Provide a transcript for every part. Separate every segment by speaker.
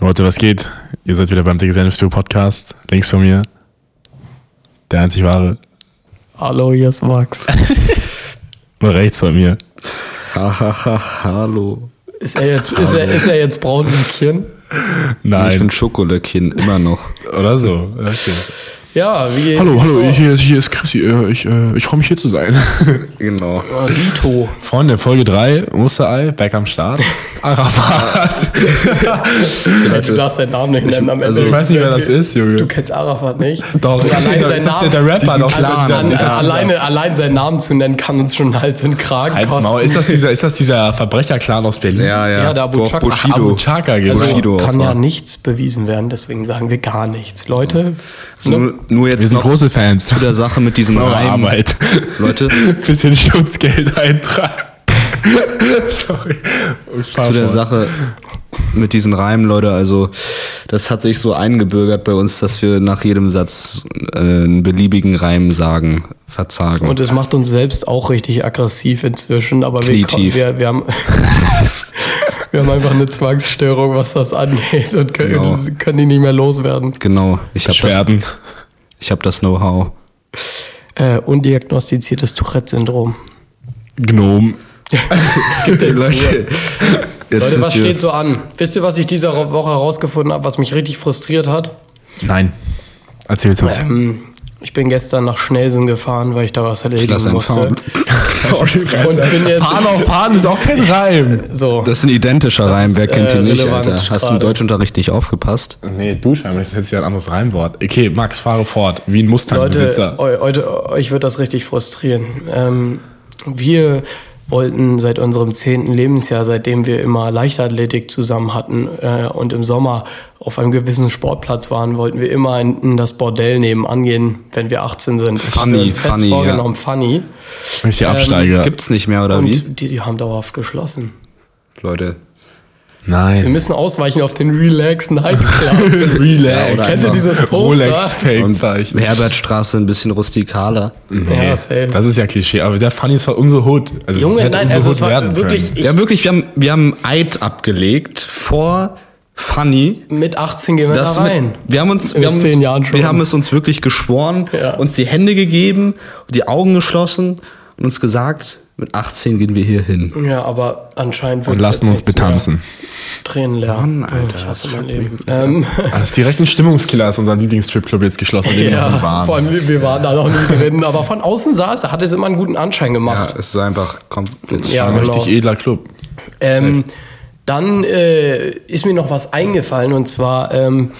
Speaker 1: Leute, was geht? Ihr seid wieder beim Dickes Senfstuhl Podcast. Links von mir. Der einzig wahre.
Speaker 2: Hallo, hier ist Max.
Speaker 1: Und rechts von mir.
Speaker 3: Hahaha, hallo.
Speaker 2: Ist er jetzt, ist er, ist er jetzt braun im Kirn?
Speaker 3: Ich
Speaker 1: Nein.
Speaker 3: bin Schokolöckchen, immer noch.
Speaker 1: Oder so. Oh. Ja, stimmt.
Speaker 2: Ja, wie Oh, geht's?
Speaker 1: hier, hier ist Chrissy. Äh, Ich, ich freue mich hier zu sein.
Speaker 3: Genau.
Speaker 2: Dito.
Speaker 1: Freunde, Folge 3, Osterei, Back am Start. Arafat.
Speaker 2: Du darfst seinen Namen nicht nennen am Ende.
Speaker 1: Also ich weiß nicht, wer das ist,
Speaker 2: Du
Speaker 1: Junge.
Speaker 2: kennst Arafat nicht.
Speaker 1: Doch,
Speaker 2: Und
Speaker 1: das
Speaker 2: allein
Speaker 1: ist,
Speaker 2: sein
Speaker 1: das ist
Speaker 2: Name-
Speaker 1: der, der Rapper noch.
Speaker 2: Also
Speaker 1: Klar.
Speaker 2: dann,
Speaker 1: Ist das dieser-
Speaker 2: alleine, allein seinen Namen zu nennen, kann uns schon Hals und Kragen
Speaker 1: Halt's
Speaker 2: kosten.
Speaker 1: Maul. Ist das dieser, ist das dieser Verbrecherclan aus Berlin?
Speaker 3: Ja, ja.
Speaker 2: Ja, da Abu
Speaker 3: Wo auch
Speaker 2: Chaka-
Speaker 3: Bushido.
Speaker 1: Abu Chaka geht
Speaker 2: also,
Speaker 3: Bushido
Speaker 2: kann
Speaker 3: auch
Speaker 2: ja
Speaker 3: war.
Speaker 2: nichts bewiesen werden, deswegen sagen wir gar nichts. Leute, ne?
Speaker 3: nur, nur
Speaker 1: Wir
Speaker 3: jetzt
Speaker 1: sind
Speaker 3: noch
Speaker 1: große Fans.
Speaker 3: zu der Sache mit diesem
Speaker 1: Eure
Speaker 3: Reim.
Speaker 1: Arbeit.
Speaker 3: Leute,
Speaker 1: Bisschen Schutzgeld eintragen. Sorry. Ich fahr
Speaker 3: zu der
Speaker 1: fort.
Speaker 3: Sache mit diesen Reimen, Leute. Also, das hat sich so eingebürgert bei uns, dass wir nach jedem Satz äh, einen beliebigen Reim sagen,
Speaker 1: Mhm.
Speaker 3: verzagen.
Speaker 2: und es macht uns selbst auch richtig aggressiv inzwischen, aber wir,
Speaker 3: Knietief.
Speaker 2: wir, wir haben... Wir haben einfach eine Zwangsstörung, was das angeht und können,
Speaker 3: Genau.
Speaker 2: und können die nicht mehr loswerden.
Speaker 3: genau. Ich habe das,
Speaker 1: Beschwerden.
Speaker 3: ich hab das Know-how.
Speaker 2: Äh, undiagnostiziertes Tourette-Syndrom.
Speaker 1: Gnom.
Speaker 3: Leute, jetzt
Speaker 2: Leute, was
Speaker 3: wisst ihr-
Speaker 2: steht so an? Wisst ihr, was ich diese Ro- Woche herausgefunden habe, was mich richtig frustriert hat?
Speaker 1: Nein. Erzähl's uns.
Speaker 2: Ähm, ich bin gestern nach Schnelsen gefahren, weil ich da was erledigen
Speaker 3: lass einen
Speaker 2: musste.
Speaker 3: Sound.
Speaker 1: Sorry,
Speaker 2: Und bin jetzt
Speaker 1: Fahren auf Fahren ist auch kein Reim.
Speaker 2: so.
Speaker 3: Das ist ein identischer
Speaker 2: Das
Speaker 3: Reim,
Speaker 2: ist,
Speaker 3: wer kennt
Speaker 2: äh,
Speaker 3: ihn nicht,
Speaker 2: relevant
Speaker 3: Alter? Hast du
Speaker 2: gerade.
Speaker 3: im Deutschunterricht nicht aufgepasst?
Speaker 1: Nee, du scheinbar. Das ist jetzt wieder ein anderes Reimwort. Okay, Max, fahre fort. Wie ein Mustang-Besitzer.
Speaker 2: Leute, eu, Leute, euch wird das richtig frustrieren. Ähm, wir wollten seit unserem zehnten Lebensjahr, seitdem wir immer Leichtathletik zusammen hatten äh, und im Sommer auf einem gewissen Sportplatz waren, wollten wir immer in, in das Bordell nebenan gehen, wenn wir 18 sind. Das haben wir
Speaker 3: Funny,
Speaker 2: uns fest
Speaker 3: funny, ja.
Speaker 2: vorgenommen, funny.
Speaker 1: Ich
Speaker 2: ähm,
Speaker 1: die Absteiger.
Speaker 3: Gibt's nicht mehr, oder wie?
Speaker 2: Und die, die haben dauerhaft geschlossen.
Speaker 3: Leute.
Speaker 2: Wir
Speaker 1: Nein.
Speaker 2: müssen ausweichen auf den Relax Nightclub.
Speaker 1: Relax.
Speaker 3: oder
Speaker 2: Kennt ihr
Speaker 3: einfach
Speaker 2: dieses Poster?
Speaker 1: Rolex-Fake-Zeichen.
Speaker 3: Herbertstraße ein bisschen rustikaler.
Speaker 2: Ja, safe.
Speaker 1: Das ist ja Klischee, aber der Funny ist war unsere Hood. Also
Speaker 2: Junge,
Speaker 1: hätte
Speaker 2: nein,
Speaker 1: unsere
Speaker 2: also
Speaker 1: Hood
Speaker 2: es war
Speaker 1: werden
Speaker 2: wirklich,
Speaker 1: können.
Speaker 2: ich,
Speaker 3: ja, wirklich, wir haben, wir haben Eid abgelegt vor Funny.
Speaker 2: mit 18 gehen wir
Speaker 3: dass
Speaker 2: da
Speaker 3: wir-
Speaker 2: rein.
Speaker 3: wir haben uns,
Speaker 2: Mit
Speaker 3: wir haben
Speaker 2: zehn
Speaker 3: uns,
Speaker 2: Jahren schon.
Speaker 3: wir haben es uns wirklich geschworen,
Speaker 2: Ja.
Speaker 3: uns die Hände gegeben, die Augen geschlossen und uns gesagt, mit 18 gehen wir hier hin.
Speaker 2: Ja, aber anscheinend
Speaker 1: Und
Speaker 2: wird's
Speaker 1: lassen uns
Speaker 2: jetzt nichts mehr.
Speaker 1: betanzen.
Speaker 2: Tränen leer.
Speaker 3: Mann, Alter,
Speaker 2: ich hasse
Speaker 3: das
Speaker 2: mein
Speaker 3: fuckt
Speaker 2: Leben. Ähm,
Speaker 1: Ah, Das ist direkt ein Stimmungskiller, ist unser Lieblingsstripclub jetzt geschlossen, in dem wir noch nie
Speaker 2: ja,
Speaker 1: waren.
Speaker 2: vor allem, wir waren da noch nie drin, aber von außen sah es, hat es immer einen guten Anschein gemacht.
Speaker 3: es ist einfach komplett.
Speaker 2: Ja,
Speaker 1: ein
Speaker 2: genau.
Speaker 1: richtig edler Club.
Speaker 2: Ähm, dann äh, ist mir noch was eingefallen und zwar ähm,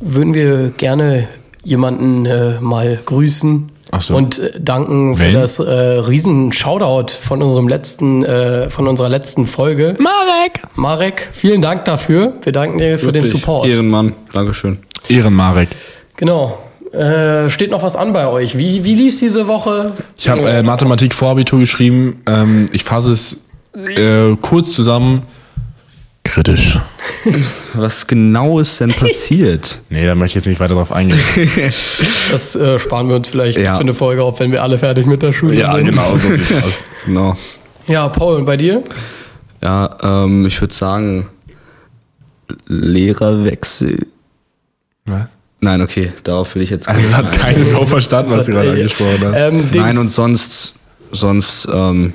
Speaker 2: würden wir gerne jemanden äh, mal grüßen
Speaker 1: Ach so.
Speaker 2: und äh, danken für
Speaker 1: Wen?
Speaker 2: das äh, riesen Shoutout von unserem letzten äh, von unserer letzten Folge.
Speaker 1: Marek!
Speaker 2: Marek, vielen Dank dafür. Wir danken dir für den
Speaker 1: Wirklich.
Speaker 2: Support.
Speaker 3: Ehrenmann, Dankeschön.
Speaker 1: Ehrenmarek.
Speaker 2: Genau. Äh, steht noch was an bei euch? Wie, wie lief's diese Woche?
Speaker 1: Ich habe äh, Mathematik Vorabitur geschrieben. Ähm, ich fasse es äh, kurz zusammen. Kritisch.
Speaker 3: Was genau ist denn passiert?
Speaker 1: Nee, da möchte ich jetzt nicht weiter drauf eingehen.
Speaker 2: Das äh, sparen wir uns vielleicht
Speaker 3: Ja.
Speaker 2: für eine Folge auf, wenn wir alle fertig mit der Schule sind.
Speaker 1: so geht's aus.
Speaker 3: genau.
Speaker 2: Ja, Paul, und bei dir?
Speaker 3: Ja, ähm, ich würde sagen, Lehrerwechsel. Nein, okay, darauf will ich jetzt
Speaker 1: Also das hat keine Sau verstanden, was du gerade
Speaker 2: Äh,
Speaker 1: angesprochen hast.
Speaker 2: Ähm,
Speaker 3: Nein, und
Speaker 2: Dings,
Speaker 3: sonst, sonst ähm,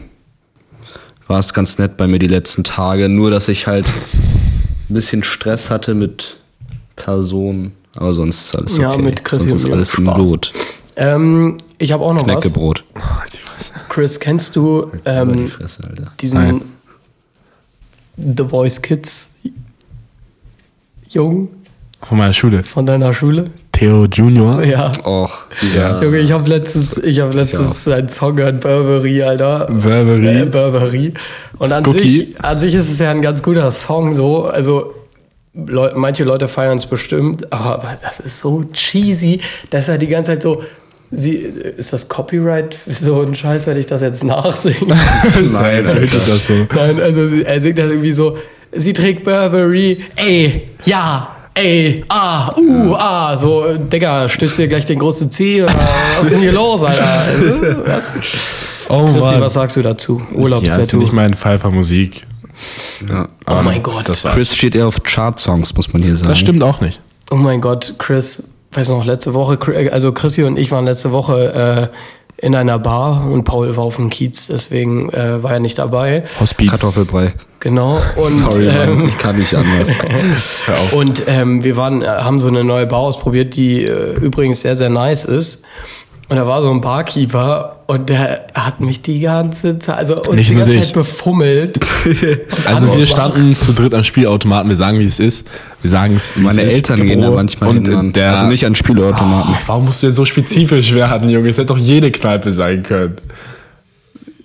Speaker 3: war es ganz nett bei mir die letzten Tage. Nur, dass ich halt ein bisschen Stress hatte mit Personen. Aber sonst ist alles okay.
Speaker 2: Ja, mit Chris
Speaker 3: sonst
Speaker 2: und
Speaker 3: ist
Speaker 2: mir
Speaker 3: alles im
Speaker 2: Spaß.
Speaker 3: Lot.
Speaker 2: ähm, ich habe auch noch was.
Speaker 3: Neckebrot.
Speaker 1: Oh,
Speaker 2: Chris, kennst du
Speaker 3: Ähm,
Speaker 2: ähm, diesen
Speaker 1: Nein.
Speaker 2: The Voice Kids Jungen
Speaker 1: Von meiner Schule.
Speaker 2: von deiner Schule?
Speaker 1: Theo Junior.
Speaker 2: Ja.
Speaker 3: Och, dieser,
Speaker 2: Junge, ich habe letztens, ich habe letztens einen Song gehört, Burberry, Alter.
Speaker 1: Burberry.
Speaker 2: Äh, Burberry. Und an
Speaker 1: Cookie.
Speaker 2: sich, an sich ist es ja ein ganz guter Song, so. Also, Leu manche Leute feiern es bestimmt, aber das ist so cheesy, dass er die ganze Zeit so. Sie, ist das Copyright so ein Scheiß, wenn ich das jetzt nachsinge?
Speaker 1: Nein,
Speaker 3: Alter.
Speaker 1: das so.
Speaker 2: Nein, also er singt halt irgendwie so, sie trägt Burberry, ey, ja, ey, ah, uh, ah, so, äh, Digga, stößt hier gleich den großen C oder was ist denn hier los, Alter? Was?
Speaker 1: Oh
Speaker 2: Chrissy,
Speaker 1: Mann.
Speaker 2: was sagst du dazu?
Speaker 1: ja, ist
Speaker 2: Urlaubstattoo.
Speaker 1: nicht mein Fall von Musik.
Speaker 3: Ja.
Speaker 2: oh mein Gott.
Speaker 1: das war-
Speaker 3: Chris steht eher auf Chart-Songs, muss man hier sagen.
Speaker 1: Das stimmt auch nicht.
Speaker 2: Oh mein Gott, Chris, weiß noch, letzte Woche, Chri- also Chrissy und ich waren letzte Woche äh, in einer Bar und Paul war auf dem Kiez, deswegen äh, war er nicht dabei.
Speaker 1: Hospiz.
Speaker 3: Kartoffelbrei.
Speaker 2: Genau. Und,
Speaker 3: Sorry,
Speaker 2: ähm,
Speaker 3: Mann, ich kann nicht anders.
Speaker 2: Und ähm, wir waren, äh, haben so eine neue Bar ausprobiert, die äh, übrigens sehr, sehr nice ist. Und da war so ein Barkeeper und der hat mich die ganze Zeit, also uns
Speaker 1: Nicht
Speaker 2: die
Speaker 1: nur
Speaker 2: ganze
Speaker 1: dich.
Speaker 2: Zeit befummelt. Und
Speaker 1: Also wir
Speaker 2: angebracht.
Speaker 1: standen zu dritt am Spielautomaten, wir sagen, wie es ist. Wir sagen es, wie
Speaker 3: Meine
Speaker 1: es
Speaker 3: Eltern
Speaker 1: ist.
Speaker 3: gehen da
Speaker 1: Gebro.
Speaker 3: manchmal
Speaker 1: und
Speaker 3: hin. Mann.
Speaker 1: Der,
Speaker 3: also nicht an Spielautomaten.
Speaker 1: Ach, warum musst du denn so spezifisch werden, Junge? Es hätte doch jede Kneipe sein können.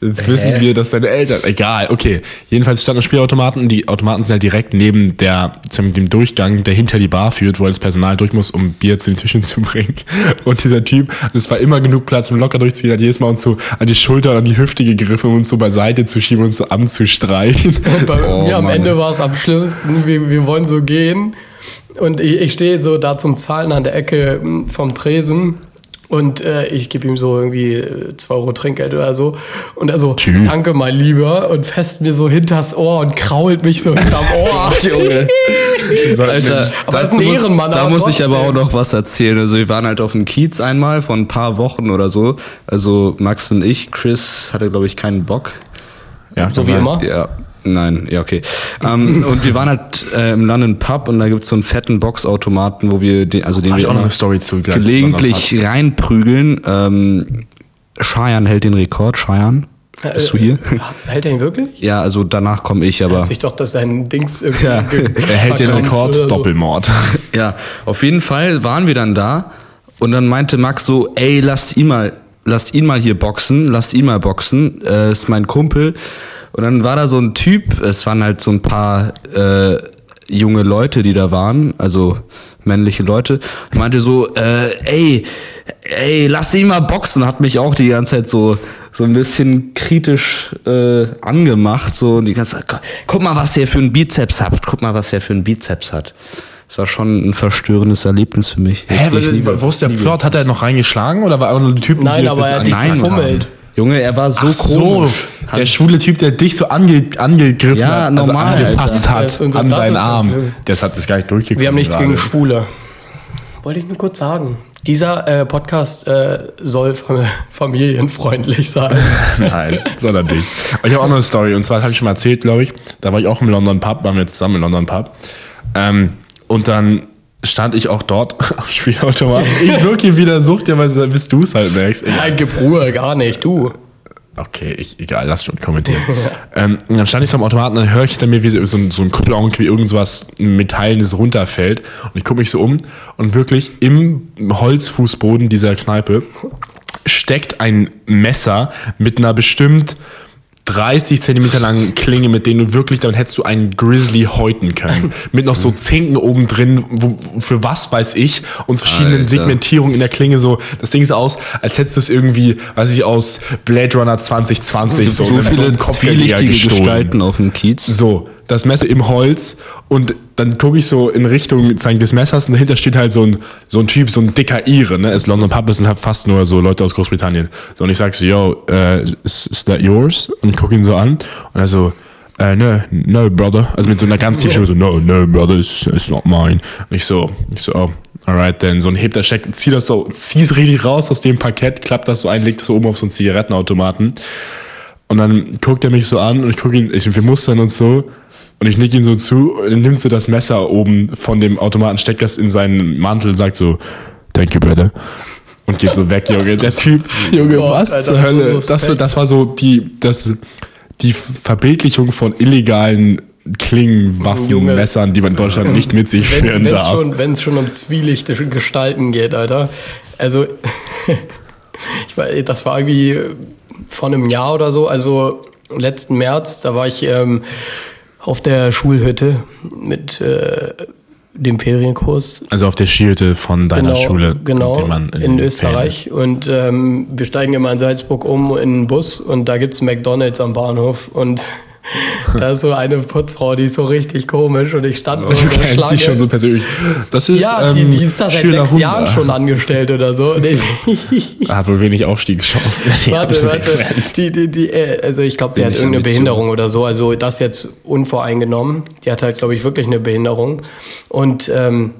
Speaker 1: Jetzt wissen wir, dass deine Eltern. Egal, okay. Jedenfalls standen Spielautomaten. Die Automaten sind halt direkt neben der, zum, dem Durchgang, der hinter die Bar führt, wo halt das Personal durch muss, um Bier zu den Tischen zu bringen. Und dieser Typ, und es war immer genug Platz, um locker durchzugehen, hat jedes Mal uns so an die Schulter und an die Hüfte gegriffen, um uns so beiseite zu schieben und so anzustreichen.
Speaker 2: Und bei
Speaker 3: Oh,
Speaker 2: mir am
Speaker 3: Mann.
Speaker 2: Ende war es am schlimmsten. Wir, wir wollen so gehen. Und ich, ich stehe so da zum Zahlen an der Ecke m, vom Tresen. Und äh, ich gebe ihm so irgendwie äh, 2 Euro Trinkgeld oder so. Und er so,
Speaker 1: Tschü.
Speaker 2: danke mein Lieber. Und fässt mir so hinters Ohr und krault mich so hinterm Ohr.
Speaker 3: Junge. Alter,
Speaker 2: Aber das
Speaker 3: dazu
Speaker 2: ist ein
Speaker 3: muss-
Speaker 2: Ehrenmann,
Speaker 3: Da
Speaker 2: aber
Speaker 3: muss ich aber auch
Speaker 2: trotzdem.
Speaker 3: noch was erzählen. Also wir waren halt auf dem Kiez einmal vor ein paar Wochen oder so. Also Max und ich, Chris hatte glaube ich keinen Bock.
Speaker 1: Ja,
Speaker 2: So wie
Speaker 1: war-
Speaker 2: immer.
Speaker 3: Ja, nein, ja, okay. Ähm, und wir waren halt äh, im London Pub und da gibt's so einen fetten Boxautomaten, wo wir, den, also den
Speaker 1: Hab ich
Speaker 3: wir
Speaker 1: auch noch
Speaker 3: immer
Speaker 1: eine Story zu. gleich.
Speaker 3: gelegentlich reinprügeln. Ähm, Cheyenne hält den Rekord, Cheyenne.
Speaker 1: Äh,
Speaker 3: Bist du hier?
Speaker 2: Äh, Hält er ihn wirklich?
Speaker 3: Ja, also danach komme ich, aber.
Speaker 2: Hat sich doch, dass sein Dings irgendwie
Speaker 3: Ja.
Speaker 2: ge-
Speaker 1: Er hält den
Speaker 2: verkrampft
Speaker 1: Rekord
Speaker 2: oder so.
Speaker 1: Doppelmord.
Speaker 3: Ja, auf jeden Fall waren wir dann da und dann meinte Max so, ey, lasst ihn mal, lasst ihn mal hier boxen, lasst ihn mal boxen, äh, ist mein Kumpel. Und dann war da so ein Typ, es waren halt so ein paar äh, junge Leute, die da waren, also männliche Leute, und meinte so, äh, ey, ey, lass ihn mal boxen, hat mich auch die ganze Zeit so so ein bisschen kritisch äh, angemacht, so und die ganze Zeit, "Gu- guck mal, was ihr für einen Bizeps habt, guck mal, was ihr für einen Bizeps hat. Es war schon ein verstörendes Erlebnis für mich.
Speaker 1: Hä,
Speaker 3: Jetzt ich
Speaker 1: wo ist der Plot? Hat er noch reingeschlagen oder war einfach nur der Typ, um
Speaker 2: Nein, aber er hat die
Speaker 3: Nein,
Speaker 2: gefummelt.
Speaker 3: Junge, er war so
Speaker 1: Ach so,
Speaker 3: komisch.
Speaker 1: der schwule Typ, der dich so ange, angegriffen
Speaker 3: Ja,
Speaker 1: hat,
Speaker 3: normal,
Speaker 1: also angefasst
Speaker 2: Alter.
Speaker 1: hat
Speaker 2: Das ist-
Speaker 1: an
Speaker 2: das
Speaker 1: deinen
Speaker 2: ist
Speaker 1: Arm.
Speaker 2: dafür.
Speaker 1: Das hat das gar nicht durchgekommen.
Speaker 2: Wir haben nichts
Speaker 1: gerade.
Speaker 2: gegen Schwule. Wollte ich nur kurz sagen. Dieser äh, Podcast äh, soll fam familienfreundlich sein.
Speaker 1: Nein, soll er nicht. Aber ich habe auch noch eine Story. Und zwar, das habe ich schon mal erzählt, glaube ich. Da war ich auch im London Pub, waren wir zusammen im London Pub. Ähm, und dann stand ich auch dort am Spielautomaten. Ich wirklich wieder sucht dir, weil bis du es halt merkst. Egal.
Speaker 2: Nein, gib Ruhe, gar nicht, du.
Speaker 1: Okay, ich, egal, lass schon kommentieren. ähm, und dann stand ich so am Automaten, dann höre ich hinter mir, wie so, so ein, so ein Kuppelonk, wie irgend sowas Metallenes runterfällt. Und ich gucke mich so um und wirklich im Holzfußboden dieser Kneipe steckt ein Messer mit einer bestimmt 30 Zentimeter langen Klinge, mit denen du wirklich, damit hättest du einen Grizzly häuten können. Mit noch so Zinken oben drin, wo, für was weiß ich, und verschiedenen
Speaker 3: Alter.
Speaker 1: Segmentierungen in der Klinge so. Das Ding sah aus, als hättest du es irgendwie, weiß ich, aus Blade Runner 2020 so,
Speaker 3: So
Speaker 1: mit so
Speaker 3: viele
Speaker 1: einem Kopfgeldjäger
Speaker 3: zwielichtige
Speaker 1: gestohlen.
Speaker 3: Gestalten auf dem Kiez.
Speaker 1: So, das Messer im Holz und dann gucke ich so in Richtung Zeichen des Messers und dahinter steht halt so ein, so ein Typ, so ein dicker Ire, ne? Ist London Pub, das sind halt fast nur so Leute aus Großbritannien. So, und ich sag so, yo, äh, is, is that yours? Und gucke ihn so an und er so, äh, no, no, brother. Also mit so einer ganz tiefen Stimme so, no, no, brother, it's, it's not mine. Und ich so, ich so, oh, alright then. So ein Heb, der steckt, zieh das so, zieh's richtig raus aus dem Parkett, klappt das so ein, legt das so oben auf so einen Zigarettenautomaten. Und dann guckt er mich so an und ich gucke ihn, ich, wir mustern uns so. Und ich nick ihm so zu und er nimmt so das Messer oben von dem Automaten, steckt das in seinen Mantel und sagt so, thank you, brother. Und geht so weg, Junge. Der Typ, Junge,
Speaker 2: Gott,
Speaker 1: was
Speaker 2: Alter,
Speaker 1: zur
Speaker 2: das war
Speaker 1: Hölle.
Speaker 2: so
Speaker 1: das, war,
Speaker 2: suspekt.
Speaker 1: das war so die, das, die Verbildlichung von illegalen Klingen, Waffen,
Speaker 2: Junge.
Speaker 1: Messern, die man in Deutschland nicht mit sich führen
Speaker 2: Wenn es
Speaker 1: darf.
Speaker 2: schon, wenn's schon um zwielichte Gestalten geht, Alter. Also, ich war, das war irgendwie vor einem Jahr oder so, also letzten März, da war ich ähm, auf der Schulhütte mit äh, dem Ferienkurs
Speaker 1: Also auf der Schielte von deiner Schule,
Speaker 2: Genau,
Speaker 1: mit der man
Speaker 2: in,
Speaker 1: den Ferien
Speaker 2: Österreich. Und ähm, wir steigen immer in Salzburg um in einen Bus und da gibt es McDonalds am Bahnhof und Da ist so eine Putzfrau, die ist so richtig komisch und ich stand so
Speaker 1: Du
Speaker 2: in der
Speaker 1: kennst
Speaker 2: Schlange.
Speaker 1: dich schon so persönlich. Das ist,
Speaker 2: ja, die,
Speaker 1: ähm,
Speaker 2: die ist da seit
Speaker 1: Schüler
Speaker 2: sechs
Speaker 1: Hund.
Speaker 2: Jahren schon angestellt oder so. Und ich,
Speaker 1: Hat wohl wenig Aufstiegschancen. Die hat
Speaker 2: warte,
Speaker 1: sechs
Speaker 2: warte.
Speaker 1: Prozent.
Speaker 2: Die, die, die, äh, also ich glaube, die
Speaker 3: Den
Speaker 2: hat
Speaker 3: ich
Speaker 2: irgendeine
Speaker 3: damit zu-
Speaker 2: Behinderung oder so. Also das jetzt unvoreingenommen. Die hat halt, glaube ich, wirklich eine Behinderung. Und ähm,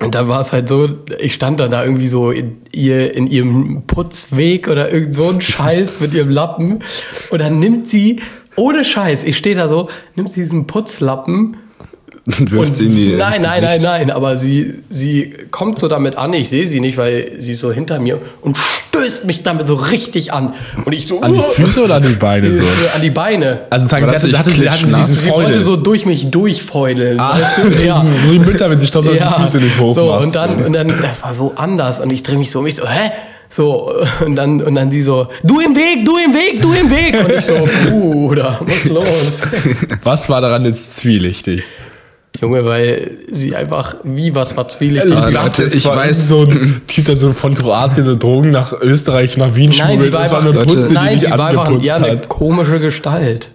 Speaker 2: und dann war es halt so, ich stand dann da irgendwie so in, ihr, in ihrem Putzweg oder irgend so ein Scheiß mit ihrem Lappen. Und dann nimmt sie, ohne Scheiß, ich stehe da so, nimmt sie diesen Putzlappen
Speaker 3: Und wirfst sie in die.
Speaker 2: nein,
Speaker 3: ins
Speaker 2: nein, nein,
Speaker 3: Gesicht.
Speaker 2: nein, aber sie, sie kommt so damit an, ich sehe sie nicht, weil sie ist so hinter mir und stößt mich damit so richtig an. Und ich so,
Speaker 1: An die
Speaker 2: "Uah!"
Speaker 1: Füße oder an die Beine so?
Speaker 2: an die Beine. Also
Speaker 1: Also sagen,
Speaker 3: Aber
Speaker 1: sie
Speaker 3: das
Speaker 1: hatte, hatte,
Speaker 3: ist
Speaker 1: sie- hatte sie
Speaker 3: klitschnass.
Speaker 1: diesen
Speaker 2: Sie wollte
Speaker 1: Freudel.
Speaker 2: so durch mich durchfeudeln. weißt du? ja.
Speaker 1: So wie Also Mütter, wenn sie stoppt, dass die Füße nicht hoch
Speaker 2: so,
Speaker 1: machst.
Speaker 2: und dann, und dann, das war so anders. Und ich drehe mich so um, ich so, hä? So, und dann, und dann sie so, du im Weg, du im Weg, du im Weg. Und ich so, Bruder, was ist los?
Speaker 1: Was war daran jetzt zwielichtig?
Speaker 2: Junge, weil sie einfach wie was verzwielicht
Speaker 1: Ehrlich
Speaker 2: war.
Speaker 3: gesagt,
Speaker 1: gesagt,
Speaker 3: ich weiß-
Speaker 1: so ein Typ, der so von Kroatien so Drogen nach Österreich, nach Wien
Speaker 2: Nein, sie
Speaker 1: schmuggelt.
Speaker 2: war
Speaker 1: Das
Speaker 2: einfach,
Speaker 1: eine
Speaker 3: Leute,
Speaker 1: Putze,
Speaker 2: nein,
Speaker 1: die
Speaker 2: sie
Speaker 1: dich
Speaker 2: war einfach
Speaker 1: angeputzt
Speaker 2: ja, eine
Speaker 1: hat.
Speaker 2: komische Gestalt.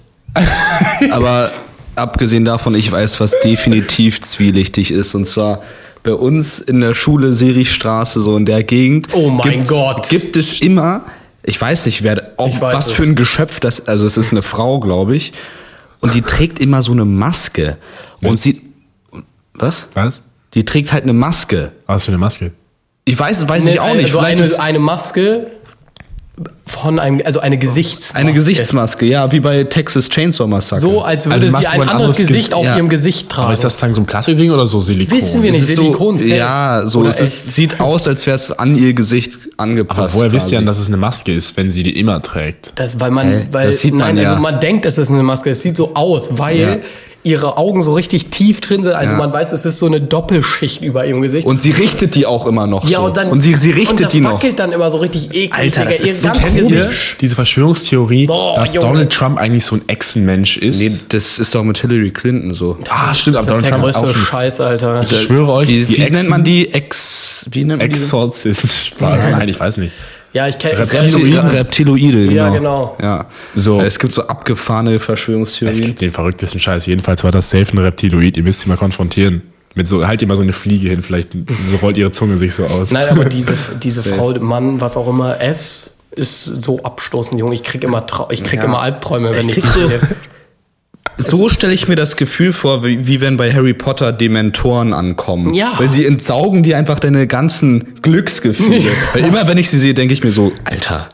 Speaker 3: Aber abgesehen davon, ich weiß, was definitiv zwielichtig ist. Und zwar bei uns in der Schule Serichstraße, so in der Gegend.
Speaker 2: Oh mein
Speaker 3: gibt's-
Speaker 2: Gott.
Speaker 3: Gibt es immer, ich weiß nicht, wer,
Speaker 2: Ich
Speaker 3: ob,
Speaker 2: weiß
Speaker 3: was
Speaker 2: es.
Speaker 3: für ein Geschöpf das, also es ist eine Frau, glaube ich. Und die trägt immer so eine Maske. Und sie, was?
Speaker 1: Was?
Speaker 3: Die trägt halt eine Maske.
Speaker 1: Was für eine Maske?
Speaker 3: Ich weiß, weiß ich auch
Speaker 2: Eine-
Speaker 3: nicht.
Speaker 2: Also
Speaker 3: Vielleicht
Speaker 2: eine,
Speaker 3: ist
Speaker 2: eine Maske von einem, also eine Gesichtsmaske.
Speaker 3: eine Gesichtsmaske, ja, wie bei Texas Chainsaw Massacre.
Speaker 2: So, als würde
Speaker 1: Also
Speaker 2: sie
Speaker 1: Maske,
Speaker 2: ein
Speaker 1: wo ein
Speaker 2: anderes
Speaker 1: anderes
Speaker 2: Gesicht
Speaker 1: Gesicht-
Speaker 2: auf
Speaker 3: ja.
Speaker 2: ihrem Gesicht tragen.
Speaker 1: Aber ist das dann so ein Plastikding oder so Silikon?
Speaker 2: Wissen wir nicht.
Speaker 3: Es ist
Speaker 2: Silikon
Speaker 3: so,
Speaker 2: safe.
Speaker 3: ja, so
Speaker 2: Oder
Speaker 3: es ist,
Speaker 2: echt?
Speaker 3: sieht aus, als wäre es an ihr Gesicht angepasst.
Speaker 1: Aber woher wisst ihr
Speaker 3: quasi.
Speaker 1: denn, dass es eine Maske ist, wenn sie die immer trägt?
Speaker 2: Das, weil man,
Speaker 3: Hä?
Speaker 2: weil,
Speaker 3: Das sieht
Speaker 2: nein,
Speaker 3: man ja.
Speaker 2: also man denkt, es ist eine Maske. Es sieht so aus, weil
Speaker 3: Ja.
Speaker 2: ihre Augen so richtig tief drin sind. Also
Speaker 3: Ja.
Speaker 2: man weiß, es ist so eine Doppelschicht über ihrem Gesicht.
Speaker 3: Und sie richtet die auch immer noch.
Speaker 2: ja,
Speaker 3: so.
Speaker 2: und dann.
Speaker 3: und sie, sie
Speaker 2: und
Speaker 3: richtet
Speaker 2: das
Speaker 3: die noch.
Speaker 2: wackelt dann immer so richtig eklig.
Speaker 3: Alter, das
Speaker 2: Digga.
Speaker 3: ist so
Speaker 2: Ihr ganzes
Speaker 3: kennt ihr?
Speaker 2: Gesicht-
Speaker 1: Diese Verschwörungstheorie,
Speaker 2: Boah,
Speaker 1: dass
Speaker 2: Junge.
Speaker 1: Donald Trump eigentlich so ein Echsenmensch ist.
Speaker 3: Nee, das ist doch mit Hillary Clinton so.
Speaker 1: ah, stimmt,
Speaker 2: Das ist der größte Scheiß, Alter.
Speaker 1: Ich schwöre euch,
Speaker 3: Wie, wie
Speaker 1: Echsen-
Speaker 3: nennt man die? Ex. Wie nennt man die?
Speaker 1: Exorzist. Spaß. Nein, ich weiß nicht.
Speaker 2: Ja, ich kenne
Speaker 1: Reptiloiden.
Speaker 3: Reptiloide, genau.
Speaker 2: Ja, genau.
Speaker 3: Ja.
Speaker 1: So.
Speaker 3: Es gibt so abgefahrene
Speaker 1: Es
Speaker 3: Verschwörungstheorien.
Speaker 1: gibt den verrücktesten Scheiß. Jedenfalls war das safe ein Reptiloid. Ihr müsst ihn mal konfrontieren. Mit so, halt ihr mal so eine Fliege hin, vielleicht so rollt ihre Zunge sich so aus.
Speaker 2: Nein, aber diese, diese Frau, Mann, was auch immer, es ist so abstoßend, Junge. Ich krieg immer, Trau ich krieg
Speaker 3: Ja.
Speaker 2: immer Albträume, wenn ich,
Speaker 3: Ich
Speaker 2: ich
Speaker 3: krieg so- So stelle ich mir das Gefühl vor, wie, wie wenn bei Harry Potter Dementoren ankommen.
Speaker 2: Ja.
Speaker 3: Weil sie entsaugen dir einfach deine ganzen Glücksgefühle. Weil immer, wenn ich sie sehe, denke ich mir so, Alter.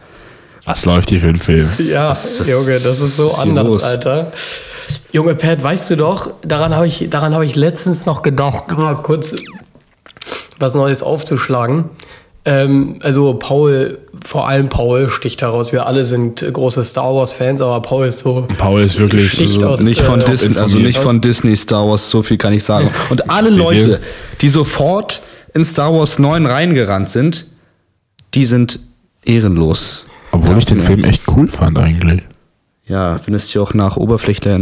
Speaker 1: Was läuft hier für ein Film?
Speaker 2: Ja,
Speaker 3: Was- was-
Speaker 2: Junge, das ist so
Speaker 3: was ist hier
Speaker 2: anders,
Speaker 3: los?
Speaker 2: Alter. Junge, Pat, weißt du doch, daran habe ich, daran hab ich letztens noch gedacht, mal kurz was Neues aufzuschlagen. Ähm, also Paul, vor allem Paul sticht heraus. Wir alle sind große Star Wars-Fans, aber Paul ist so...
Speaker 1: Paul ist wirklich
Speaker 2: Schicht
Speaker 1: so,
Speaker 2: aus-
Speaker 3: Nicht von
Speaker 2: äh,
Speaker 3: Disney, also nicht von Disney Star Wars, so viel kann ich sagen. Und alle
Speaker 1: Seht ihr?
Speaker 3: Leute, die sofort in Star Wars 9 reingerannt sind, die sind ehrenlos.
Speaker 1: Obwohl
Speaker 3: Ganz
Speaker 1: ich den
Speaker 3: im
Speaker 1: Film
Speaker 3: Ernst.
Speaker 1: echt cool fand eigentlich.
Speaker 3: Ja, wenn es dir auch nach oberflächlicher